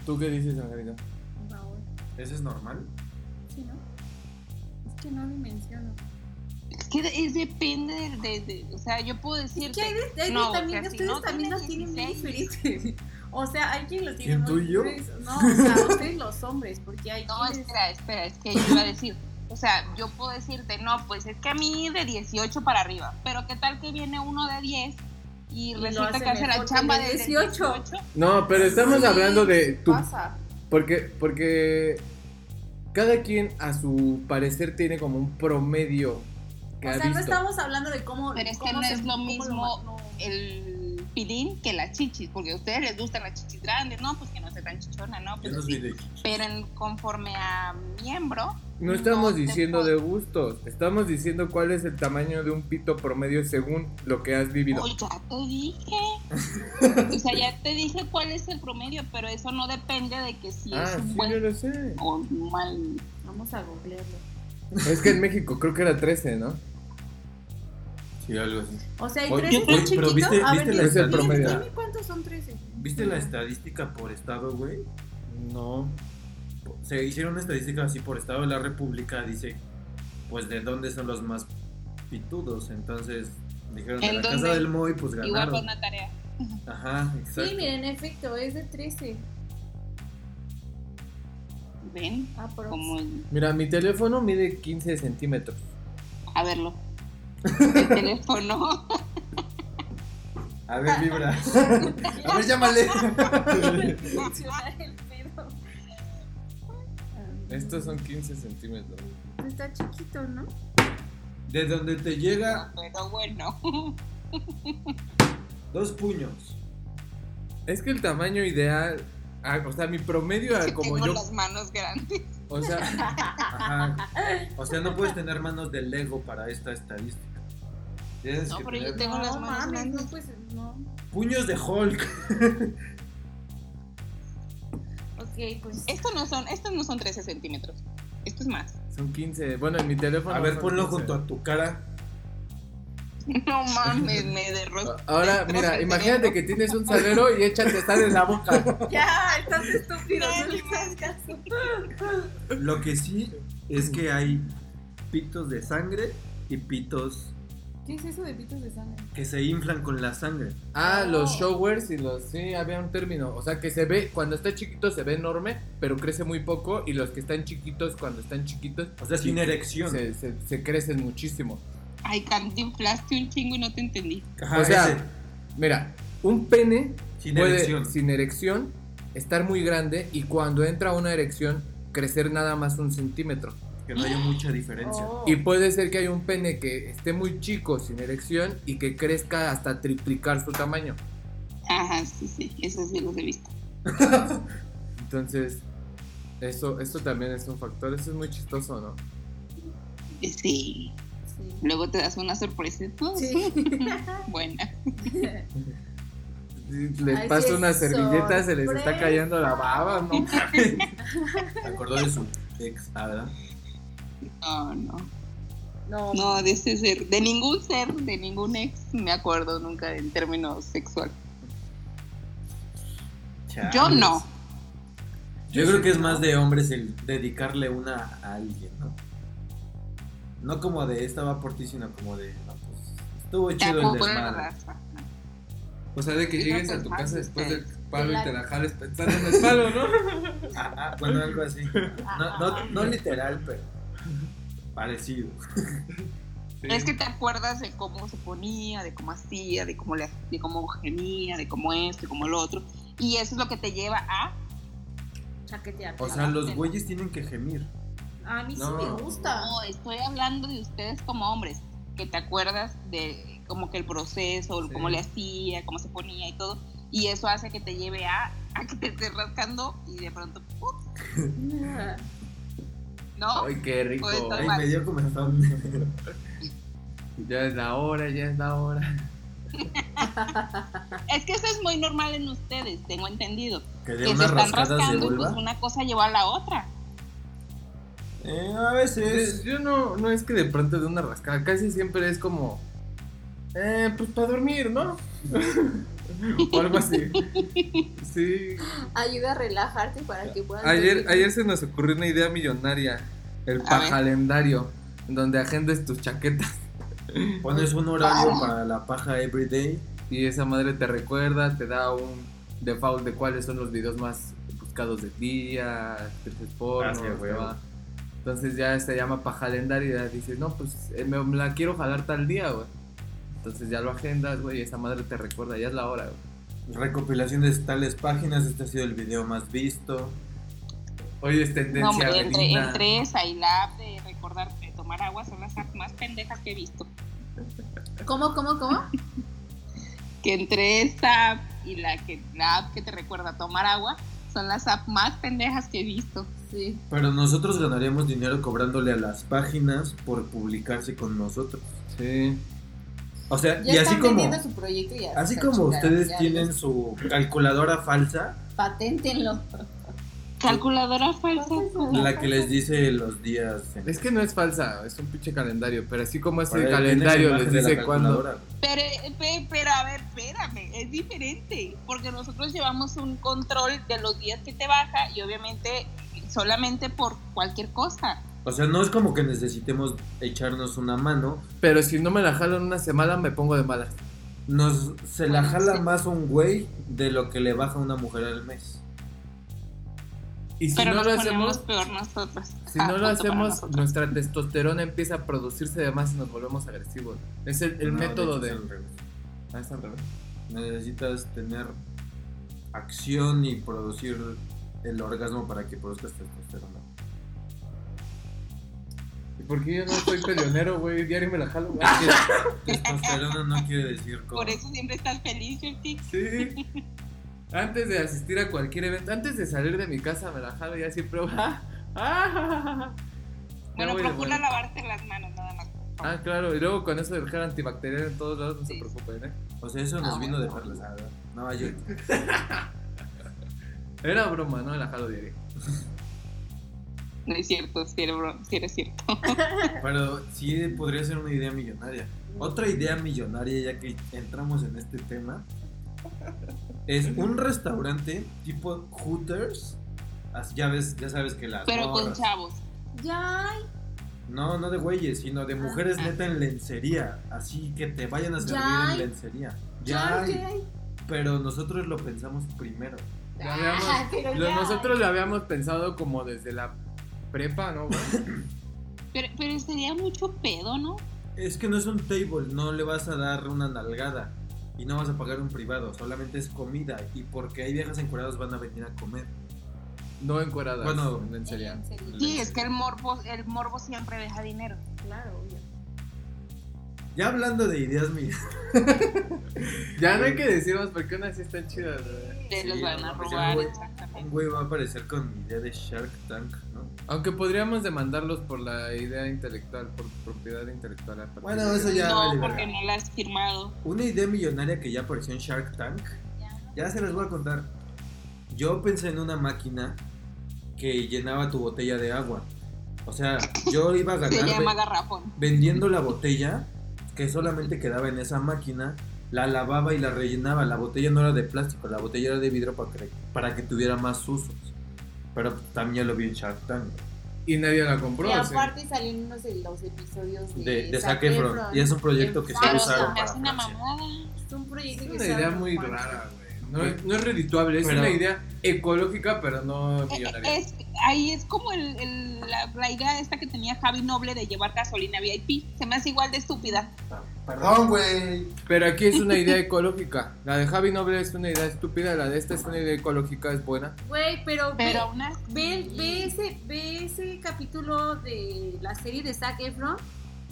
Speaker 4: ¿Tú qué dices, Angelina?
Speaker 8: Por favor.
Speaker 2: ¿Ese es normal?
Speaker 8: Sí, ¿no? Es que no dimensiono.
Speaker 5: Es que es depende de, de- de- O sea, yo puedo decir.
Speaker 8: que hay de, hay de
Speaker 5: No, o
Speaker 8: también,
Speaker 5: sea, si
Speaker 8: ustedes
Speaker 5: no
Speaker 8: también
Speaker 5: tiene
Speaker 8: las tienen muy
Speaker 5: 16.
Speaker 8: diferentes. O sea, hay quien lo tiene
Speaker 2: ¿Quién,
Speaker 8: muy
Speaker 2: tú y yo?
Speaker 8: grueso. No, o sea, ustedes los hombres, porque hay
Speaker 5: No,
Speaker 8: quienes-
Speaker 5: espera, espera, es que yo iba a decir, o sea, yo puedo decirte, no, pues es que a mí de 18 para arriba, pero qué tal que viene uno de 10 y,
Speaker 8: lo
Speaker 5: resulta
Speaker 8: hace
Speaker 5: que hace la
Speaker 8: mejor que
Speaker 5: chamba
Speaker 8: el de
Speaker 5: de
Speaker 8: 18.
Speaker 5: 18.
Speaker 4: No, pero estamos
Speaker 8: Pues Sí,
Speaker 4: hablando de tu.
Speaker 8: pasa.
Speaker 4: Porque, porque cada quien a su parecer tiene como un promedio que
Speaker 8: O
Speaker 4: ha
Speaker 8: sea, no
Speaker 4: visto.
Speaker 8: estamos hablando de cómo.
Speaker 5: Pero es que
Speaker 8: cómo
Speaker 5: no es lo
Speaker 8: cómo
Speaker 5: mismo
Speaker 8: no.
Speaker 5: El pidín que las chichis, porque a ustedes les gustan las chichis grandes, no, pues que no sea tan chichona, no,
Speaker 2: Yo
Speaker 5: pues
Speaker 2: no
Speaker 5: así.
Speaker 2: soy de chichis.
Speaker 5: Pero en- conforme a miembro,
Speaker 4: No estamos
Speaker 5: No,
Speaker 4: diciendo
Speaker 5: te
Speaker 4: de gustos, estamos diciendo cuál es el tamaño de un pito promedio según lo que has vivido.
Speaker 5: Pues ya te dije. o sea, ya te dije cuál es el promedio, pero eso no depende de que si es
Speaker 4: Ah,
Speaker 5: un
Speaker 4: sí, yo
Speaker 5: buen
Speaker 4: lo sé.
Speaker 5: o un mal
Speaker 8: Vamos a googlearlo.
Speaker 4: Es que en México creo que era 13, ¿no?
Speaker 2: Sí, algo así.
Speaker 8: O sea, hay
Speaker 2: Oye,
Speaker 8: 13
Speaker 2: oye,
Speaker 8: muy
Speaker 2: pero
Speaker 8: chiquitos.
Speaker 2: viste-
Speaker 8: a
Speaker 2: viste
Speaker 8: ver,
Speaker 4: la
Speaker 8: dime-
Speaker 4: estadística.
Speaker 8: dime cuántos son 13.
Speaker 2: ¿Viste la estadística por estado, güey?
Speaker 4: No.
Speaker 2: Se hicieron una estadística así por estado de la República, dice, pues de dónde son los más pitudos. Entonces, dijeron, de
Speaker 5: ¿En
Speaker 2: la
Speaker 5: dónde?
Speaker 2: casa del Moy, pues
Speaker 5: Igual fue
Speaker 2: ganaron.
Speaker 5: una tarea.
Speaker 2: Ajá, exacto.
Speaker 8: Sí, miren, en efecto, es de 13.
Speaker 5: Ven,
Speaker 8: Ah, pero.
Speaker 5: como
Speaker 4: Mira, mi teléfono mide 15 centímetros.
Speaker 5: a verlo. El teléfono.
Speaker 2: A ver, vibra. A ver, llámale.
Speaker 8: el pedo.
Speaker 4: Estos son 15 centímetros.
Speaker 8: Está chiquito, ¿no?
Speaker 2: De donde te llega
Speaker 5: Pero bueno.
Speaker 2: dos puños.
Speaker 4: Es que el tamaño ideal, ah, o sea, mi promedio era como
Speaker 5: Tengo
Speaker 4: yo,
Speaker 5: las manos grandes.
Speaker 4: o sea,
Speaker 2: Ajá. O sea, no puedes tener manos de Lego para esta estadística. Tienes
Speaker 5: No,
Speaker 2: que
Speaker 5: pero yo
Speaker 2: tener
Speaker 5: tengo las
Speaker 8: no,
Speaker 5: manos
Speaker 8: mames,
Speaker 5: grandes.
Speaker 8: no, pues no.
Speaker 2: puños de Hulk.
Speaker 8: Ok, pues.
Speaker 5: Estos no son, estos no son 13 centímetros. Esto es más.
Speaker 4: Son 15. Bueno, en mi teléfono.
Speaker 2: A ver,
Speaker 4: son
Speaker 2: ponlo
Speaker 4: 15.
Speaker 2: junto a tu cara.
Speaker 5: No mames, me derrotó.
Speaker 4: Ahora, mira, imagínate que tienes un salero y échate sal en la boca.
Speaker 8: Ya, estás estúpido.
Speaker 5: No,
Speaker 8: no le hagas caso.
Speaker 2: Lo que sí es que hay pitos de sangre y pitos
Speaker 9: ¿Qué es eso de pitos de sangre?
Speaker 2: que se inflan con la sangre.
Speaker 4: Ah, los showers y los. Sí, había un término. O sea, que se ve, cuando está chiquito se ve enorme, pero crece muy poco. Y los que están chiquitos, cuando están chiquitos,
Speaker 2: O sea, sin erección.
Speaker 4: se, se- se crecen muchísimo.
Speaker 5: Ay, cantinflaste un chingo y no te entendí.
Speaker 2: Ajá,
Speaker 4: o sea,
Speaker 2: ese,
Speaker 4: Mira, un pene
Speaker 2: sin
Speaker 4: puede,
Speaker 2: erección.
Speaker 4: sin erección, estar muy grande y cuando entra una erección, crecer nada más un centímetro.
Speaker 2: Que no haya mucha diferencia.
Speaker 5: Oh.
Speaker 9: Oh,
Speaker 4: Y puede ser que haya un pene que esté muy chico sin erección y que crezca hasta triplicar su tamaño.
Speaker 5: Ajá, sí, sí, esos sí los he visto.
Speaker 4: Entonces, eso, eso también es un factor. Eso es muy chistoso, ¿no?
Speaker 5: Sí. Luego te das una sorpresa.
Speaker 8: Sí.
Speaker 5: Buena.
Speaker 4: Les
Speaker 8: Ay,
Speaker 4: pasa
Speaker 8: sí,
Speaker 4: una servilleta, se les
Speaker 8: sorpresa.
Speaker 4: está cayendo la baba, ¿no?
Speaker 2: Me acordó de su ex, ah, ¿verdad?
Speaker 5: No, no.
Speaker 8: No,
Speaker 5: No, de ese ser. De ningún ser, de ningún ex, me acuerdo nunca en términos sexual. Yo
Speaker 2: Chales.
Speaker 5: no.
Speaker 2: Yo creo que es más de hombres el dedicarle una a alguien, ¿no? No como de esta va por ti, sino como de, no, pues, estuvo chido el
Speaker 5: Tampoco la
Speaker 2: desmadre.
Speaker 5: raza.
Speaker 4: O sea, de que
Speaker 5: Sí, no,
Speaker 4: llegues
Speaker 5: pues,
Speaker 4: a tu
Speaker 5: más
Speaker 4: casa después del
Speaker 5: ustedes.
Speaker 4: palo y te la jales pensando en el palo, ¿no?
Speaker 2: Ah, ah, bueno, algo así. No, no, no literal, pero parecido.
Speaker 5: Es que te acuerdas de cómo se ponía, de cómo hacía, de cómo le de cómo gemía, de cómo esto, de cómo lo otro. Y eso es lo que te lleva a.
Speaker 8: chaquetear.
Speaker 2: O sea, los güeyes tienen que gemir.
Speaker 8: A mí
Speaker 2: No.
Speaker 8: sí me gusta.
Speaker 5: No, estoy hablando de ustedes como hombres, que te acuerdas de como que el proceso, el cómo le hacía, cómo se ponía y todo. Y eso hace que te lleve a, a que te estés rascando y de pronto. ¡pum! ¿No?
Speaker 4: Ay, qué rico.
Speaker 5: Pues,
Speaker 2: Ay, me dio comezón.
Speaker 4: Ya es la hora, ya es la hora.
Speaker 5: Es que eso es muy normal en ustedes, tengo entendido.
Speaker 2: Que
Speaker 5: Que
Speaker 2: de
Speaker 5: se
Speaker 2: unas
Speaker 5: están
Speaker 2: rascadas de
Speaker 5: rascando y pues
Speaker 2: vulva.
Speaker 5: una cosa lleva a la otra.
Speaker 2: Eh, a veces.
Speaker 4: Yo no, no es que de pronto de una rascada, casi siempre es como. Eh, pues para dormir, ¿no? o algo así. Sí.
Speaker 9: Ayuda a relajarte para que puedas.
Speaker 4: Ayer,
Speaker 9: dormir.
Speaker 4: ayer se nos ocurrió una idea millonaria: el
Speaker 5: pues, A ver.
Speaker 4: pajalendario, en donde agendes tus chaquetas
Speaker 2: Pones un horario para la paja everyday.
Speaker 4: y esa madre te recuerda, te da un default de cuáles son los videos más buscados del día, actrices porno,
Speaker 2: Ah, sí,
Speaker 4: te
Speaker 2: huevo.
Speaker 4: va. Entonces ya se llama pajalendario y ya dices, no, pues eh, me, me la quiero jalar tal día, güey. Entonces ya lo agendas, güey, y esa madre te recuerda, ya es la hora, güey.
Speaker 2: Recopilación de tales páginas. Este ha sido el video más visto.
Speaker 4: Hoy es
Speaker 5: No,
Speaker 4: tendencia
Speaker 5: hombre, entre,
Speaker 4: felina.
Speaker 5: entre esa y la app de recordar de tomar agua son las apps más pendejas que he visto.
Speaker 9: ¿Cómo, cómo, cómo?
Speaker 5: Que entre esta app y la, que, la app que te recuerda tomar agua son las apps más pendejas que he visto.
Speaker 9: Sí.
Speaker 2: Pero nosotros ganaríamos dinero cobrándole a las páginas por publicarse con nosotros.
Speaker 4: Sí.
Speaker 2: O sea,
Speaker 9: Ya
Speaker 2: y
Speaker 9: están
Speaker 2: así como,
Speaker 9: vendiendo su proyecto y ya.
Speaker 2: así
Speaker 9: se
Speaker 2: como
Speaker 9: chingaron,
Speaker 2: ustedes
Speaker 9: ya,
Speaker 2: tienen su calculadora falsa,
Speaker 9: Paténtenlo.
Speaker 5: Calculadora falsa.
Speaker 2: la que les dice los días. en-
Speaker 4: Es que no es falsa, es un pinche calendario, pero así como
Speaker 2: Por ahí
Speaker 4: ese
Speaker 2: tienen la
Speaker 4: calendario les
Speaker 2: imagen de la
Speaker 4: dice cuándo.
Speaker 2: calculadora.
Speaker 5: Pero, eh, pe- pero a ver, espérame, es diferente, porque nosotros llevamos un control de los días que te baja y obviamente solamente por cualquier cosa.
Speaker 2: O sea, no es como que necesitemos echarnos una mano.
Speaker 4: Pero si no me la jalo en una semana, me pongo de malas.
Speaker 2: Nos, se la
Speaker 5: Bueno,
Speaker 2: jala
Speaker 5: sí.
Speaker 2: más un güey de lo que le baja una mujer al mes.
Speaker 4: Y si
Speaker 5: pero
Speaker 4: no
Speaker 5: nos
Speaker 4: lo
Speaker 5: ponemos
Speaker 4: hacemos,
Speaker 5: peor nosotros.
Speaker 4: Si
Speaker 5: Ah,
Speaker 4: no lo
Speaker 5: punto para
Speaker 4: hacemos,
Speaker 5: nosotros.
Speaker 4: nuestra testosterona empieza a producirse de más y nos volvemos agresivos. Es el, el
Speaker 2: No,
Speaker 4: método
Speaker 2: hecho,
Speaker 4: de.
Speaker 2: es al revés.
Speaker 4: Ah, es al revés.
Speaker 2: Necesitas tener acción y producir el orgasmo para que produzcas testosterona.
Speaker 4: ¿Y por qué yo no soy peleonero, güey? Diario me la jalo, güey.
Speaker 2: Testosterona no quiere decir como...
Speaker 5: Por eso siempre estás feliz, Jordi.
Speaker 4: Sí. Antes de asistir a cualquier evento, antes de salir de mi casa, me la jalo ya siempre. Ah, ah,
Speaker 5: Bueno,
Speaker 4: voy de
Speaker 5: procura
Speaker 4: buenas.
Speaker 5: lavarte las manos, nada más. por favor.
Speaker 4: Ah, claro. Y luego con eso del gel antibacterial en todos lados, no se
Speaker 5: Sí.
Speaker 4: preocupen, ¿eh?
Speaker 2: O sea, eso nos
Speaker 5: Ah,
Speaker 2: vino de
Speaker 5: bueno.
Speaker 2: perlas. la verdad. No, yo.
Speaker 4: Era broma, no me la jalo diario.
Speaker 5: No es cierto, si era, bro- sí era cierto.
Speaker 2: Pero sí podría ser una idea millonaria. Otra idea millonaria, ya que entramos en este tema, es un restaurante tipo Hooters. Así Ya, ves, ya sabes que las.
Speaker 5: Pero con
Speaker 2: morras-
Speaker 5: chavos.
Speaker 9: Ya,
Speaker 2: No, no de güeyes, sino
Speaker 9: Ah,
Speaker 2: de mujeres neta en lencería. Así que te vayan a servir
Speaker 9: Ya hay.
Speaker 2: en lencería. Ya,
Speaker 9: ya,
Speaker 2: hay, pero nosotros lo pensamos primero.
Speaker 4: Lo habíamos-
Speaker 9: Ah, pero
Speaker 3: Pues
Speaker 4: lo-
Speaker 9: ya.
Speaker 4: nosotros lo habíamos pensado como desde la prepa, ¿no? güey?
Speaker 5: Pero, pero sería mucho pedo, ¿no?
Speaker 2: Es que no es un table, no le vas a dar una nalgada y no vas a pagar un privado, solamente es comida y porque hay viejas encueradas van a venir a comer.
Speaker 4: No encueradas.
Speaker 2: Bueno,
Speaker 4: en serio.
Speaker 5: Sí, es que el morbo, el morbo siempre deja dinero.
Speaker 8: Claro, obvio.
Speaker 2: Ya hablando de ideas mías,
Speaker 4: Ya no hay que decir más porque unas sí están chidas, güey.
Speaker 5: Te
Speaker 2: Sí,
Speaker 5: los van
Speaker 2: no,
Speaker 5: a
Speaker 2: pues,
Speaker 5: robar,
Speaker 2: güey. un
Speaker 5: exactamente.
Speaker 2: güey va a aparecer con mi idea de Shark Tank, ¿no?
Speaker 4: Aunque podríamos demandarlos por la idea intelectual, por propiedad intelectual. a partir
Speaker 2: Bueno,
Speaker 4: de-
Speaker 2: eso ya- vale,
Speaker 5: No, porque
Speaker 2: verga.
Speaker 5: no la has firmado.
Speaker 2: Una idea millonaria que ya apareció en Shark Tank, ya se las voy a contar. Yo pensé en una máquina que llenaba tu botella de agua. O sea, yo iba a
Speaker 5: Se
Speaker 2: ganar
Speaker 5: llama
Speaker 2: ve-
Speaker 5: garrafón.
Speaker 2: vendiendo la botella que solamente quedaba en esa máquina, la lavaba y la rellenaba. La botella no era de plástico, la botella era de vidrio para que, para que tuviera más usos. Pero también lo vi en Shark Tank
Speaker 4: Y nadie la compró.
Speaker 9: Y
Speaker 4: sí.
Speaker 9: aparte salieron unos de los episodios de,
Speaker 2: de, de
Speaker 9: Zac
Speaker 2: Zac Efron,
Speaker 9: Efron.
Speaker 2: Y es un proyecto que se
Speaker 5: Pero
Speaker 2: usaron
Speaker 5: se me
Speaker 2: para
Speaker 5: hace una
Speaker 2: Francia.
Speaker 5: mamada.
Speaker 9: Es un proyecto
Speaker 4: Es
Speaker 9: que
Speaker 4: una
Speaker 9: se
Speaker 4: idea
Speaker 9: llama
Speaker 4: muy
Speaker 9: Juan.
Speaker 4: rara, güey. No, es- no es redituable, es
Speaker 2: Pero-
Speaker 4: una idea ecológica, pero no
Speaker 5: Eh, eh,
Speaker 4: millonaria.
Speaker 5: Es, ahí es como el, el- la, la idea esta que tenía Javi Noble de llevar gasolina VIP. Se me hace igual de estúpida.
Speaker 1: Perdón, güey.
Speaker 4: Pero aquí es una idea ecológica. La de Javi Noble es una idea estúpida, la de esta es una idea ecológica, es buena.
Speaker 8: Güey, pero, ve-
Speaker 5: Pero aún así,
Speaker 8: Ve, ve ese, ve ese capítulo de la serie de Zac Efron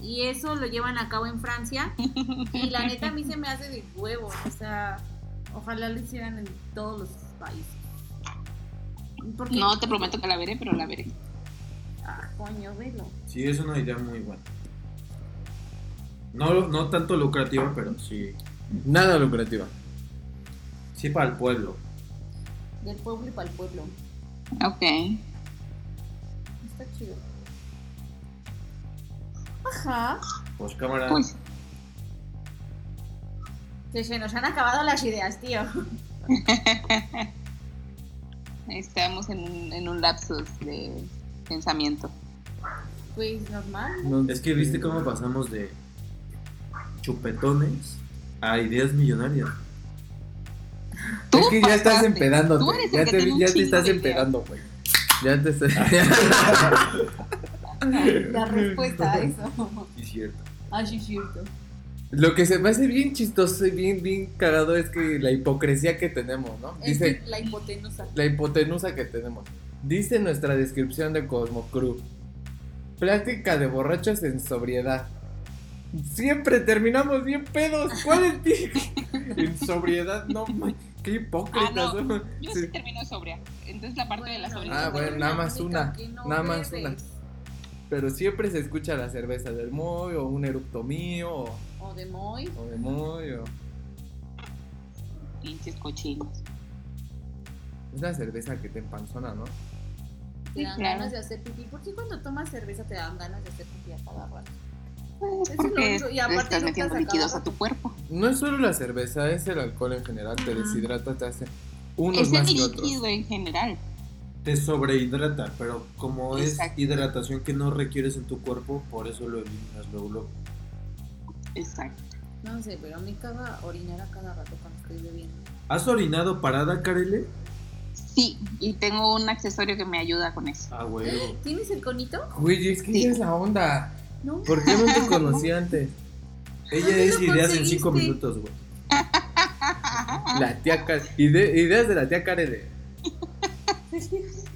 Speaker 8: y eso lo llevan a cabo en Francia. Y la neta a mí se me hace de huevo. O sea, ojalá lo hicieran en todos los países. Porque,
Speaker 5: No, te prometo que la veré, pero la veré.
Speaker 8: Ah, coño, velo.
Speaker 2: Sí, es una idea muy buena. No, no tanto lucrativa, pero sí,
Speaker 4: Nada lucrativa.
Speaker 2: sí para el pueblo.
Speaker 9: Del pueblo y para el pueblo.
Speaker 5: Ok.
Speaker 9: Está chido. Ajá.
Speaker 2: Pues
Speaker 4: Ah.
Speaker 2: cámara.
Speaker 5: Uy,
Speaker 8: Se, se nos han acabado las ideas, tío.
Speaker 5: estamos en un, en un lapsus de pensamiento.
Speaker 9: Pues normal.
Speaker 2: Es que viste cómo pasamos de chupetones a ideas millonarias.
Speaker 5: Tú
Speaker 4: es que ya estás
Speaker 5: pasaste.
Speaker 4: empedándote.
Speaker 5: Tú eres el
Speaker 4: Ya
Speaker 5: que
Speaker 4: te,
Speaker 5: tiene un
Speaker 4: ya te
Speaker 5: chingo
Speaker 4: estás
Speaker 5: de ideas.
Speaker 4: empedando, güey. Ya te estás.
Speaker 9: La respuesta a eso.
Speaker 2: Sí, cierto.
Speaker 9: Ah, sí, cierto.
Speaker 4: Lo que se me hace bien chistoso y bien, bien cagado es que la hipocresía que tenemos, ¿no?
Speaker 9: Es
Speaker 4: Dice,
Speaker 9: que la hipotenusa.
Speaker 4: la hipotenusa que tenemos. Dice nuestra descripción de Cosmo Crew. Plática de borrachos en sobriedad. Siempre terminamos bien pedos. ¿Cuál es ti- En sobriedad, no, ma- qué hipócritas.
Speaker 5: Ah, no.
Speaker 4: ¿no?
Speaker 5: Yo
Speaker 4: Sí.
Speaker 5: sí termino sobria. Entonces la parte de la sobriedad.
Speaker 4: Ah, bueno, nada más una,
Speaker 8: Que no
Speaker 4: nada más
Speaker 8: bebes.
Speaker 4: Pero siempre se escucha la cerveza del Moy o un eructo mío o,
Speaker 9: O de Moy.
Speaker 4: o de Moy o
Speaker 5: Pinches cochinos.
Speaker 4: es la cerveza que te empanzona, ¿no?
Speaker 9: Te
Speaker 5: Sí,
Speaker 9: dan
Speaker 5: claro.
Speaker 9: ganas de hacer pipí. ¿Por qué cuando tomas cerveza te dan ganas de hacer pipí a cada rato?
Speaker 5: Pues
Speaker 9: es lo
Speaker 5: porque
Speaker 9: único, y
Speaker 5: le
Speaker 9: aparte
Speaker 5: estás
Speaker 9: nunca
Speaker 5: metiendo
Speaker 9: se
Speaker 5: líquidos
Speaker 9: acaba.
Speaker 5: a tu cuerpo.
Speaker 4: No es solo la cerveza, es el alcohol en general, te
Speaker 8: Ajá.
Speaker 4: deshidrata, te hace unos
Speaker 5: Es el
Speaker 4: más que otros.
Speaker 5: líquido en general.
Speaker 2: Te sobrehidrata, pero como
Speaker 5: Exacto.
Speaker 2: es hidratación que no requieres en tu cuerpo, por eso lo eliminas luego. luego.
Speaker 5: Exacto.
Speaker 9: No sé, pero a mí caga orinar a cada rato cuando estoy bebiendo.
Speaker 2: ¿Has orinado parada, Karele?
Speaker 5: Sí, y tengo un accesorio que me ayuda con eso.
Speaker 2: Ah, huevo.
Speaker 9: ¿Tienes el conito?
Speaker 4: Güey, es que
Speaker 5: Sí.
Speaker 4: esa es la onda.
Speaker 9: No.
Speaker 4: ¿Por qué no te conocí antes?
Speaker 2: Ella es ideas en
Speaker 9: conseguiste?
Speaker 2: cinco minutos, güey.
Speaker 4: La tía Kare. Ide- ideas de la tía Kare de.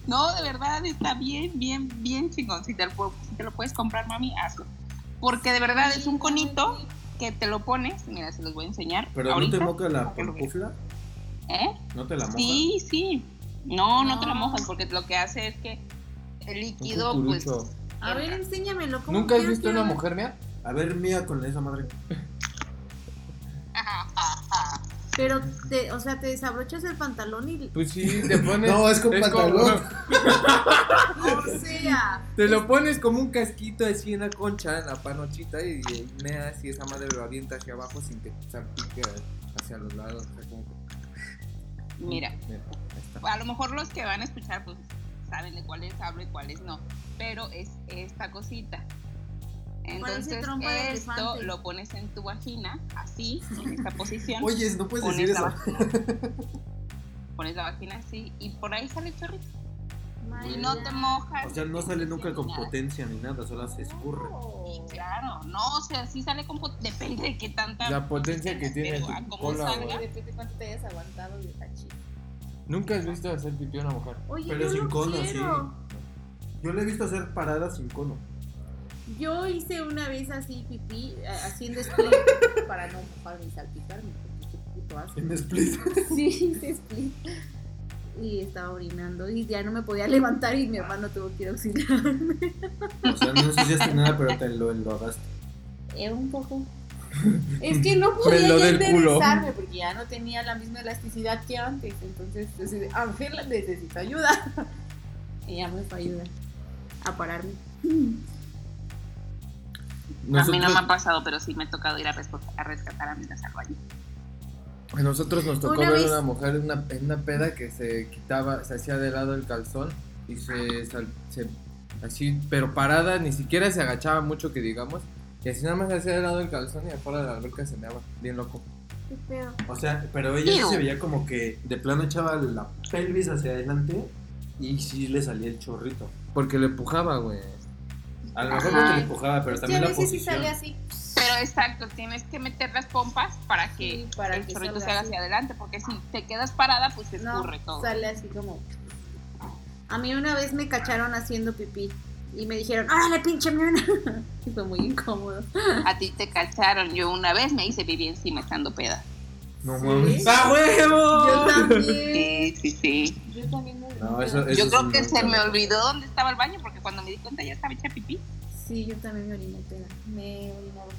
Speaker 5: No, de verdad, está bien, bien, bien chingón. Si te lo, pu- si te lo puedes comprar, mami, hazlo. Porque de verdad Ah, es un conito que te lo pones. Mira, se los voy a enseñar.
Speaker 2: Pero no
Speaker 5: ahorita.
Speaker 2: te moca la
Speaker 5: Para que lo veas.
Speaker 2: pantufla,
Speaker 5: ¿Eh?
Speaker 2: no te la moja.
Speaker 5: Sí, sí. No, no, te lo
Speaker 8: No.
Speaker 5: mojas porque lo que hace es que el líquido,
Speaker 4: Un
Speaker 5: pues.
Speaker 4: cucurucho.
Speaker 8: A ver, enséñamelo. ¿cómo
Speaker 4: ¿Nunca has
Speaker 8: quiero
Speaker 4: visto
Speaker 8: que
Speaker 4: una
Speaker 8: haga?
Speaker 4: mujer mía?
Speaker 5: pues,
Speaker 2: A ver, mía con esa madre.
Speaker 10: Pero, te, o sea, te desabrochas el pantalón y.
Speaker 4: Pues sí, te pones.
Speaker 11: No, es con pantalón.
Speaker 10: O sea,
Speaker 4: te lo pones como un casquito así en la concha, en la panochita, y, y meas y esa madre lo avienta hacia abajo sin que salpique hacia los lados. o sea, como que-
Speaker 5: Mira,
Speaker 4: Mira, ahí está.
Speaker 5: a lo mejor los que van a escuchar, pues saben de cuáles hablo y cuáles no. Pero es esta cosita. Entonces,
Speaker 10: trompa de
Speaker 5: esto
Speaker 10: elefante.
Speaker 5: lo pones en tu vagina, así, en esta posición.
Speaker 11: Oye, no puedes
Speaker 5: pones
Speaker 11: decir
Speaker 5: la
Speaker 11: eso.
Speaker 5: vagina. Pones la vagina así y por ahí sale el chorrito. Y no te mojas.
Speaker 2: O sea, no
Speaker 5: te
Speaker 2: sale
Speaker 5: dicen
Speaker 2: nunca con
Speaker 5: nada.
Speaker 2: potencia ni nada, solo se escurre.
Speaker 5: Sí, claro, no, o sea, sí sale con potencia. Depende de qué tanta.
Speaker 4: La potencia que
Speaker 5: tengas,
Speaker 4: tiene
Speaker 5: Ah. pero a
Speaker 4: tu
Speaker 5: cómo
Speaker 4: cola,
Speaker 5: salga.
Speaker 4: güey.
Speaker 3: Depende cuánto te hayas aguantado y está chido.
Speaker 4: Nunca has visto hacer pipí a una mujer.
Speaker 10: oye,
Speaker 2: Pero
Speaker 10: yo
Speaker 2: sin
Speaker 10: lo
Speaker 2: cono,
Speaker 10: quiero.
Speaker 2: Yo le he visto hacer paradas sin cono.
Speaker 10: Yo hice una vez así pipí, eh, haciendo split.
Speaker 3: Para no mojarme y salpicarme. porque qué puto asco.
Speaker 2: En split.
Speaker 10: Sí, hice split. Y estaba orinando y ya no me podía levantar y mi hermano tuvo que ir a auxiliarme.
Speaker 2: O sea, no ensuciaste nada, pero te lo enlodaste.
Speaker 10: Era un poco.
Speaker 3: Es que no podía
Speaker 4: Me lo
Speaker 3: ya
Speaker 4: del culo.
Speaker 3: enderezarme porque ya no tenía la misma elasticidad que antes. Entonces, así de, Ángela necesito ayuda. Y ya me fue a ayudar.
Speaker 10: A pararme.
Speaker 5: A mí no
Speaker 4: Nosotros,
Speaker 5: me ha pasado, pero sí me ha tocado ir a, resco- a rescatar a mis al baño.
Speaker 4: a Pues nosotros nos tocó
Speaker 10: Una
Speaker 4: ver a
Speaker 10: vez-
Speaker 4: una mujer en una, en una peda que se quitaba, se hacía de lado el calzón y se, sal- se- así, pero parada, ni siquiera se agachaba mucho que digamos. Y así nada más se hacía de lado el calzón y afuera de la alberca se meaba, bien loco.
Speaker 10: Qué feo.
Speaker 2: O sea, pero ella sí
Speaker 5: Ew.
Speaker 2: se veía como que de plano echaba la pelvis hacia adelante y sí le salía el chorrito.
Speaker 4: Porque le empujaba, güey.
Speaker 2: A lo mejor
Speaker 5: Ajá.
Speaker 2: no te le empujaba, pero
Speaker 3: Es que
Speaker 2: también
Speaker 3: a
Speaker 2: la
Speaker 3: veces sí
Speaker 2: posición.
Speaker 3: sale así.
Speaker 5: Pero exacto, tienes que meter las pompas para que
Speaker 3: Sí, para
Speaker 5: el
Speaker 3: que
Speaker 5: chorrito
Speaker 3: salga
Speaker 5: se haga
Speaker 3: así.
Speaker 5: hacia adelante, porque si te quedas parada, pues se
Speaker 10: No,
Speaker 5: escurre todo.
Speaker 10: sale así como. A mí una vez me cacharon haciendo pipí y me dijeron, ¡órale, pinche mierda! Y fue muy incómodo.
Speaker 5: A ti te cacharon. Yo una vez me hice vivir encima estando peda.
Speaker 2: No mames.
Speaker 11: Ah,
Speaker 4: ¡A huevo!
Speaker 3: Yo también.
Speaker 5: Sí, sí, sí.
Speaker 3: Yo también me
Speaker 2: No, eso, eso
Speaker 5: Yo
Speaker 2: es
Speaker 5: creo
Speaker 2: un
Speaker 5: que se
Speaker 2: montón.
Speaker 5: me olvidó dónde estaba el baño, porque cuando me di cuenta ya estaba hecha pipí.
Speaker 10: Sí, yo también me oriné peda.
Speaker 3: Me orinaba.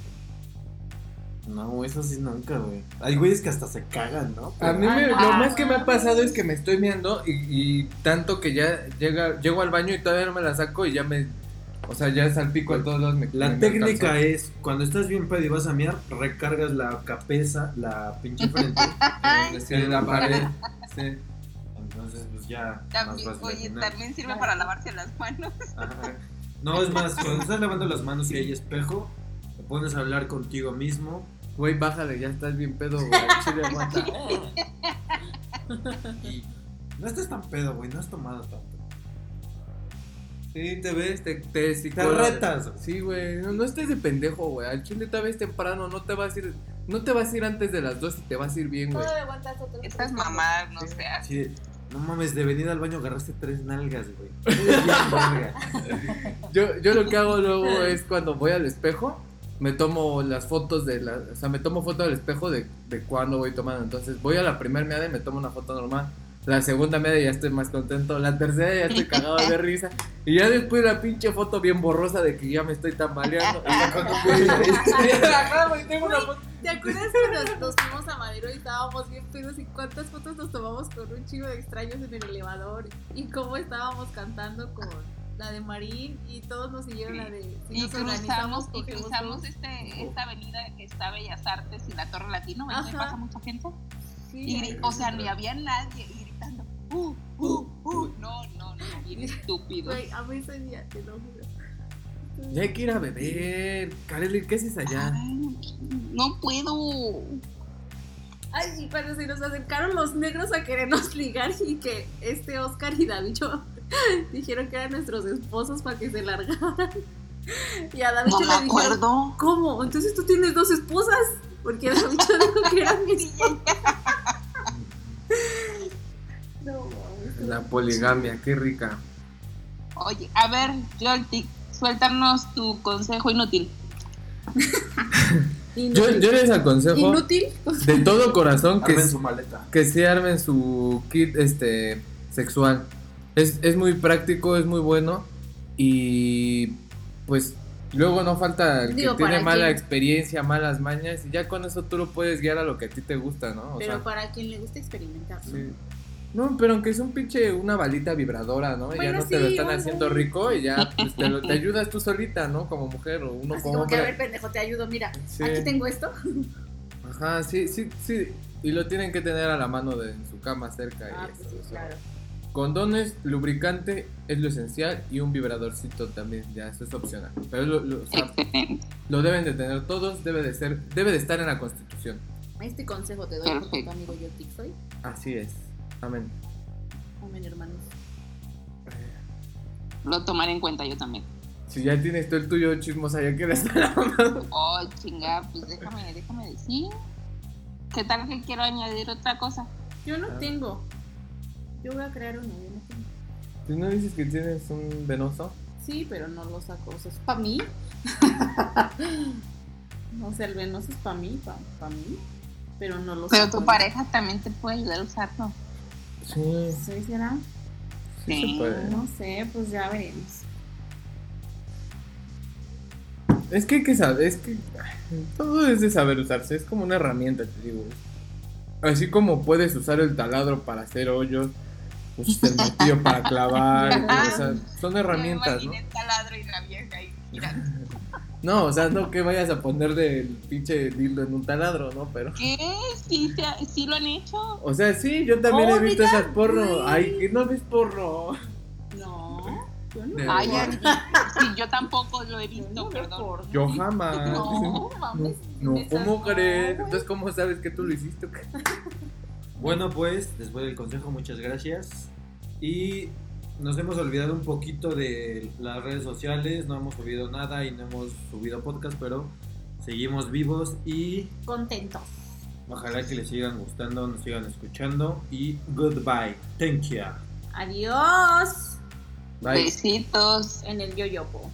Speaker 2: No, eso sí nunca, güey. Hay güeyes que hasta se cagan, ¿no?
Speaker 4: A mí me-
Speaker 10: Ay,
Speaker 4: lo
Speaker 10: no.
Speaker 4: más que me ha pasado es que me estoy meando y, y tanto que ya llega, llego al baño y todavía no me la saco y ya me. O sea, ya salpico a todos los. me-
Speaker 2: La
Speaker 4: me- me
Speaker 2: técnica
Speaker 4: alcanzó.
Speaker 2: es, cuando estás bien pedo y vas a mear, recargas la cabeza, la pinche frente.
Speaker 4: Sí, Este, la pared. este, Sí.
Speaker 2: Entonces, pues ya más
Speaker 5: También,
Speaker 2: fácil
Speaker 5: oye,
Speaker 2: al final.
Speaker 5: también sirve para lavarse las manos.
Speaker 2: Ajá. No, es más, cuando estás lavando las manos y hay espejo, te pones a hablar contigo mismo
Speaker 4: Güey, bájale, ya estás bien pedo, güey. Chile, aguanta.
Speaker 2: y no estás tan pedo, güey, no has tomado tanto.
Speaker 4: Sí, te ves, te, te,
Speaker 2: Te retas. güey.
Speaker 4: Sí, güey. No, no estés de pendejo, güey. Al chile todavía es temprano, no te vas a ir. No te vas a ir antes de las dos y te vas a ir bien, güey.
Speaker 3: Todavía aguantas otro.
Speaker 5: Estas mamadas, no sé.
Speaker 2: Así de, no mames, de venir al baño agarraste tres nalgas, güey. Eres bien verga.
Speaker 4: Yo, yo lo que hago luego es cuando voy al espejo, me tomo las fotos de la. O sea, me tomo foto del espejo de, de cuando voy tomando. Entonces voy a la primera meada y me tomo una foto normal. La segunda meada ya estoy más contento. La tercera ya estoy cagado de risa. Y ya después la pinche foto bien borrosa de que ya me estoy tambaleando. Y ya cuando voy ahí- Ajá, güey, tengo una foto.
Speaker 3: ¿Te acuerdas cuando nos fuimos a Madero y estábamos bien pedos y cuántas fotos nos tomamos con un chico de extraños en el elevador? Y cómo estábamos cantando con la de Marín y todos nos siguieron
Speaker 5: Sí.
Speaker 3: la de... si
Speaker 5: Y
Speaker 3: nos
Speaker 5: cruzamos,
Speaker 3: organizamos,
Speaker 5: y
Speaker 3: cogemos
Speaker 5: cruzamos
Speaker 3: dos. Oh.
Speaker 5: este, esta avenida que está Bellas Artes y la Torre Latino, ¿ves? Ahí
Speaker 3: Ajá.
Speaker 5: pasa mucha gente.
Speaker 3: Sí,
Speaker 5: Y, gri- o sea, ni había nadie y gritando, uh, uh, uh, no, no, no, bien estúpido.
Speaker 3: güey, a mí ese día, te lo juro.
Speaker 4: Ya hay que ir a beber. Kareli, ¿qué haces allá?
Speaker 5: Ay, no puedo.
Speaker 3: Ay, y cuando se nos acercaron los negros a querernos ligar y que este Oscar y David yo- dijeron que eran nuestros esposos para que se largaran. Y a David
Speaker 5: No
Speaker 3: yo
Speaker 5: me
Speaker 3: le dijeron,
Speaker 5: acuerdo.
Speaker 3: ¿Cómo? Entonces tú tienes dos esposas. Porque la bicha dijo que eran mis No,
Speaker 4: La poligamia, qué rica.
Speaker 5: Oye, a ver, Joltik, suéltanos tu consejo inútil.
Speaker 4: Yo,
Speaker 3: Inútil.
Speaker 4: yo les aconsejo
Speaker 3: Inútil.
Speaker 4: de todo corazón que
Speaker 2: Armen su maleta.
Speaker 4: que se armen su kit este sexual. Es, es muy práctico, es muy bueno y pues Y luego no falta el
Speaker 3: Digo,
Speaker 4: que tiene
Speaker 3: ¿para
Speaker 4: mala
Speaker 3: quién?
Speaker 4: experiencia, malas mañas, y ya con eso tú lo puedes guiar a lo que a ti te gusta, ¿no? O
Speaker 3: Pero
Speaker 4: sea,
Speaker 3: para quien le gusta experimentar. ¿no?
Speaker 4: sí. No, pero aunque es un pinche, una balita vibradora, ¿no? Y ya
Speaker 3: Bueno,
Speaker 4: no te lo
Speaker 3: sí,
Speaker 4: están
Speaker 3: algo.
Speaker 4: haciendo rico y ya pues, te, lo- te ayudas tú solita, ¿no? Como mujer o uno
Speaker 3: Así
Speaker 4: como
Speaker 3: como que, a
Speaker 4: hombre.
Speaker 3: ver, pendejo, te ayudo, mira.
Speaker 4: Sí.
Speaker 3: Aquí tengo esto.
Speaker 4: Ajá, sí, sí, sí. Y lo tienen que tener a la mano de, en su cama cerca. y
Speaker 3: Ah,
Speaker 4: eso,
Speaker 3: pues sí,
Speaker 4: o sea.
Speaker 3: claro.
Speaker 4: Condones, lubricante es lo esencial y un vibradorcito también, ya eso es opcional. Pero lo, lo- o sea, lo deben de tener todos, debe de ser, debe de estar en la constitución.
Speaker 3: Este consejo te doy porque tu amigo yo tic soy.
Speaker 4: Así es. Amén.
Speaker 3: Amén, hermanos.
Speaker 5: Lo tomaré en cuenta yo también.
Speaker 4: Si ya tienes tú el tuyo chismosa, ya quieres estar
Speaker 5: Oh, chingada, pues déjame, déjame decir. ¿Qué tal que quiero añadir otra cosa?
Speaker 3: Yo no
Speaker 4: Ah.
Speaker 3: tengo. Yo voy a crear uno, yo no tengo.
Speaker 4: ¿Tú no dices que tienes un venoso?
Speaker 3: Sí, pero no lo saco. O sea, es para mí. o sea, el venoso es para mí, para mí. Pero no lo
Speaker 5: Pero
Speaker 3: saco.
Speaker 5: tu pareja también te puede ayudar a usarlo.
Speaker 4: Sí,
Speaker 3: Sí, será.
Speaker 5: Sí.
Speaker 4: se puede.
Speaker 3: No sé, pues ya veremos.
Speaker 4: Es que hay que saber, es que ay, todo es de saber usarse, es como una herramienta, te digo. Así como puedes usar el taladro para hacer hoyos, usas el martillo para clavar, o sea, son herramientas,
Speaker 5: Yo
Speaker 4: ¿no?
Speaker 5: me imaginé el taladro y la vieja ahí girando.
Speaker 4: No, o sea, no que vayas a poner del pinche dildo en un taladro, ¿no? Pero,
Speaker 5: ¿Qué? ¿Sí, se- sí lo han hecho?
Speaker 4: o sea, sí, yo también
Speaker 3: Oh,
Speaker 4: he visto esas
Speaker 3: güey.
Speaker 4: porno. Ay, que no ves porno.
Speaker 3: No. Yo no.
Speaker 4: De
Speaker 5: Ay,
Speaker 4: verdad.
Speaker 5: Ari, sí, yo tampoco lo he
Speaker 3: Yo
Speaker 5: visto,
Speaker 3: no veo
Speaker 5: perdón.
Speaker 3: porno.
Speaker 4: Yo jamás.
Speaker 3: No, mames.
Speaker 4: No,
Speaker 3: neta,
Speaker 4: ¿cómo
Speaker 3: no,
Speaker 4: crees?
Speaker 3: güey.
Speaker 4: Entonces, ¿cómo sabes que tú lo hiciste?
Speaker 2: Bueno, pues, después del consejo, muchas gracias. Y nos hemos olvidado un poquito de las redes sociales, no hemos subido nada y no hemos subido podcast, pero seguimos vivos y
Speaker 3: Contentos.
Speaker 2: ojalá que les sigan gustando, nos sigan escuchando. Y goodbye, thank you.
Speaker 3: Adiós.
Speaker 4: Bye.
Speaker 5: Besitos.
Speaker 3: En el yoyopo.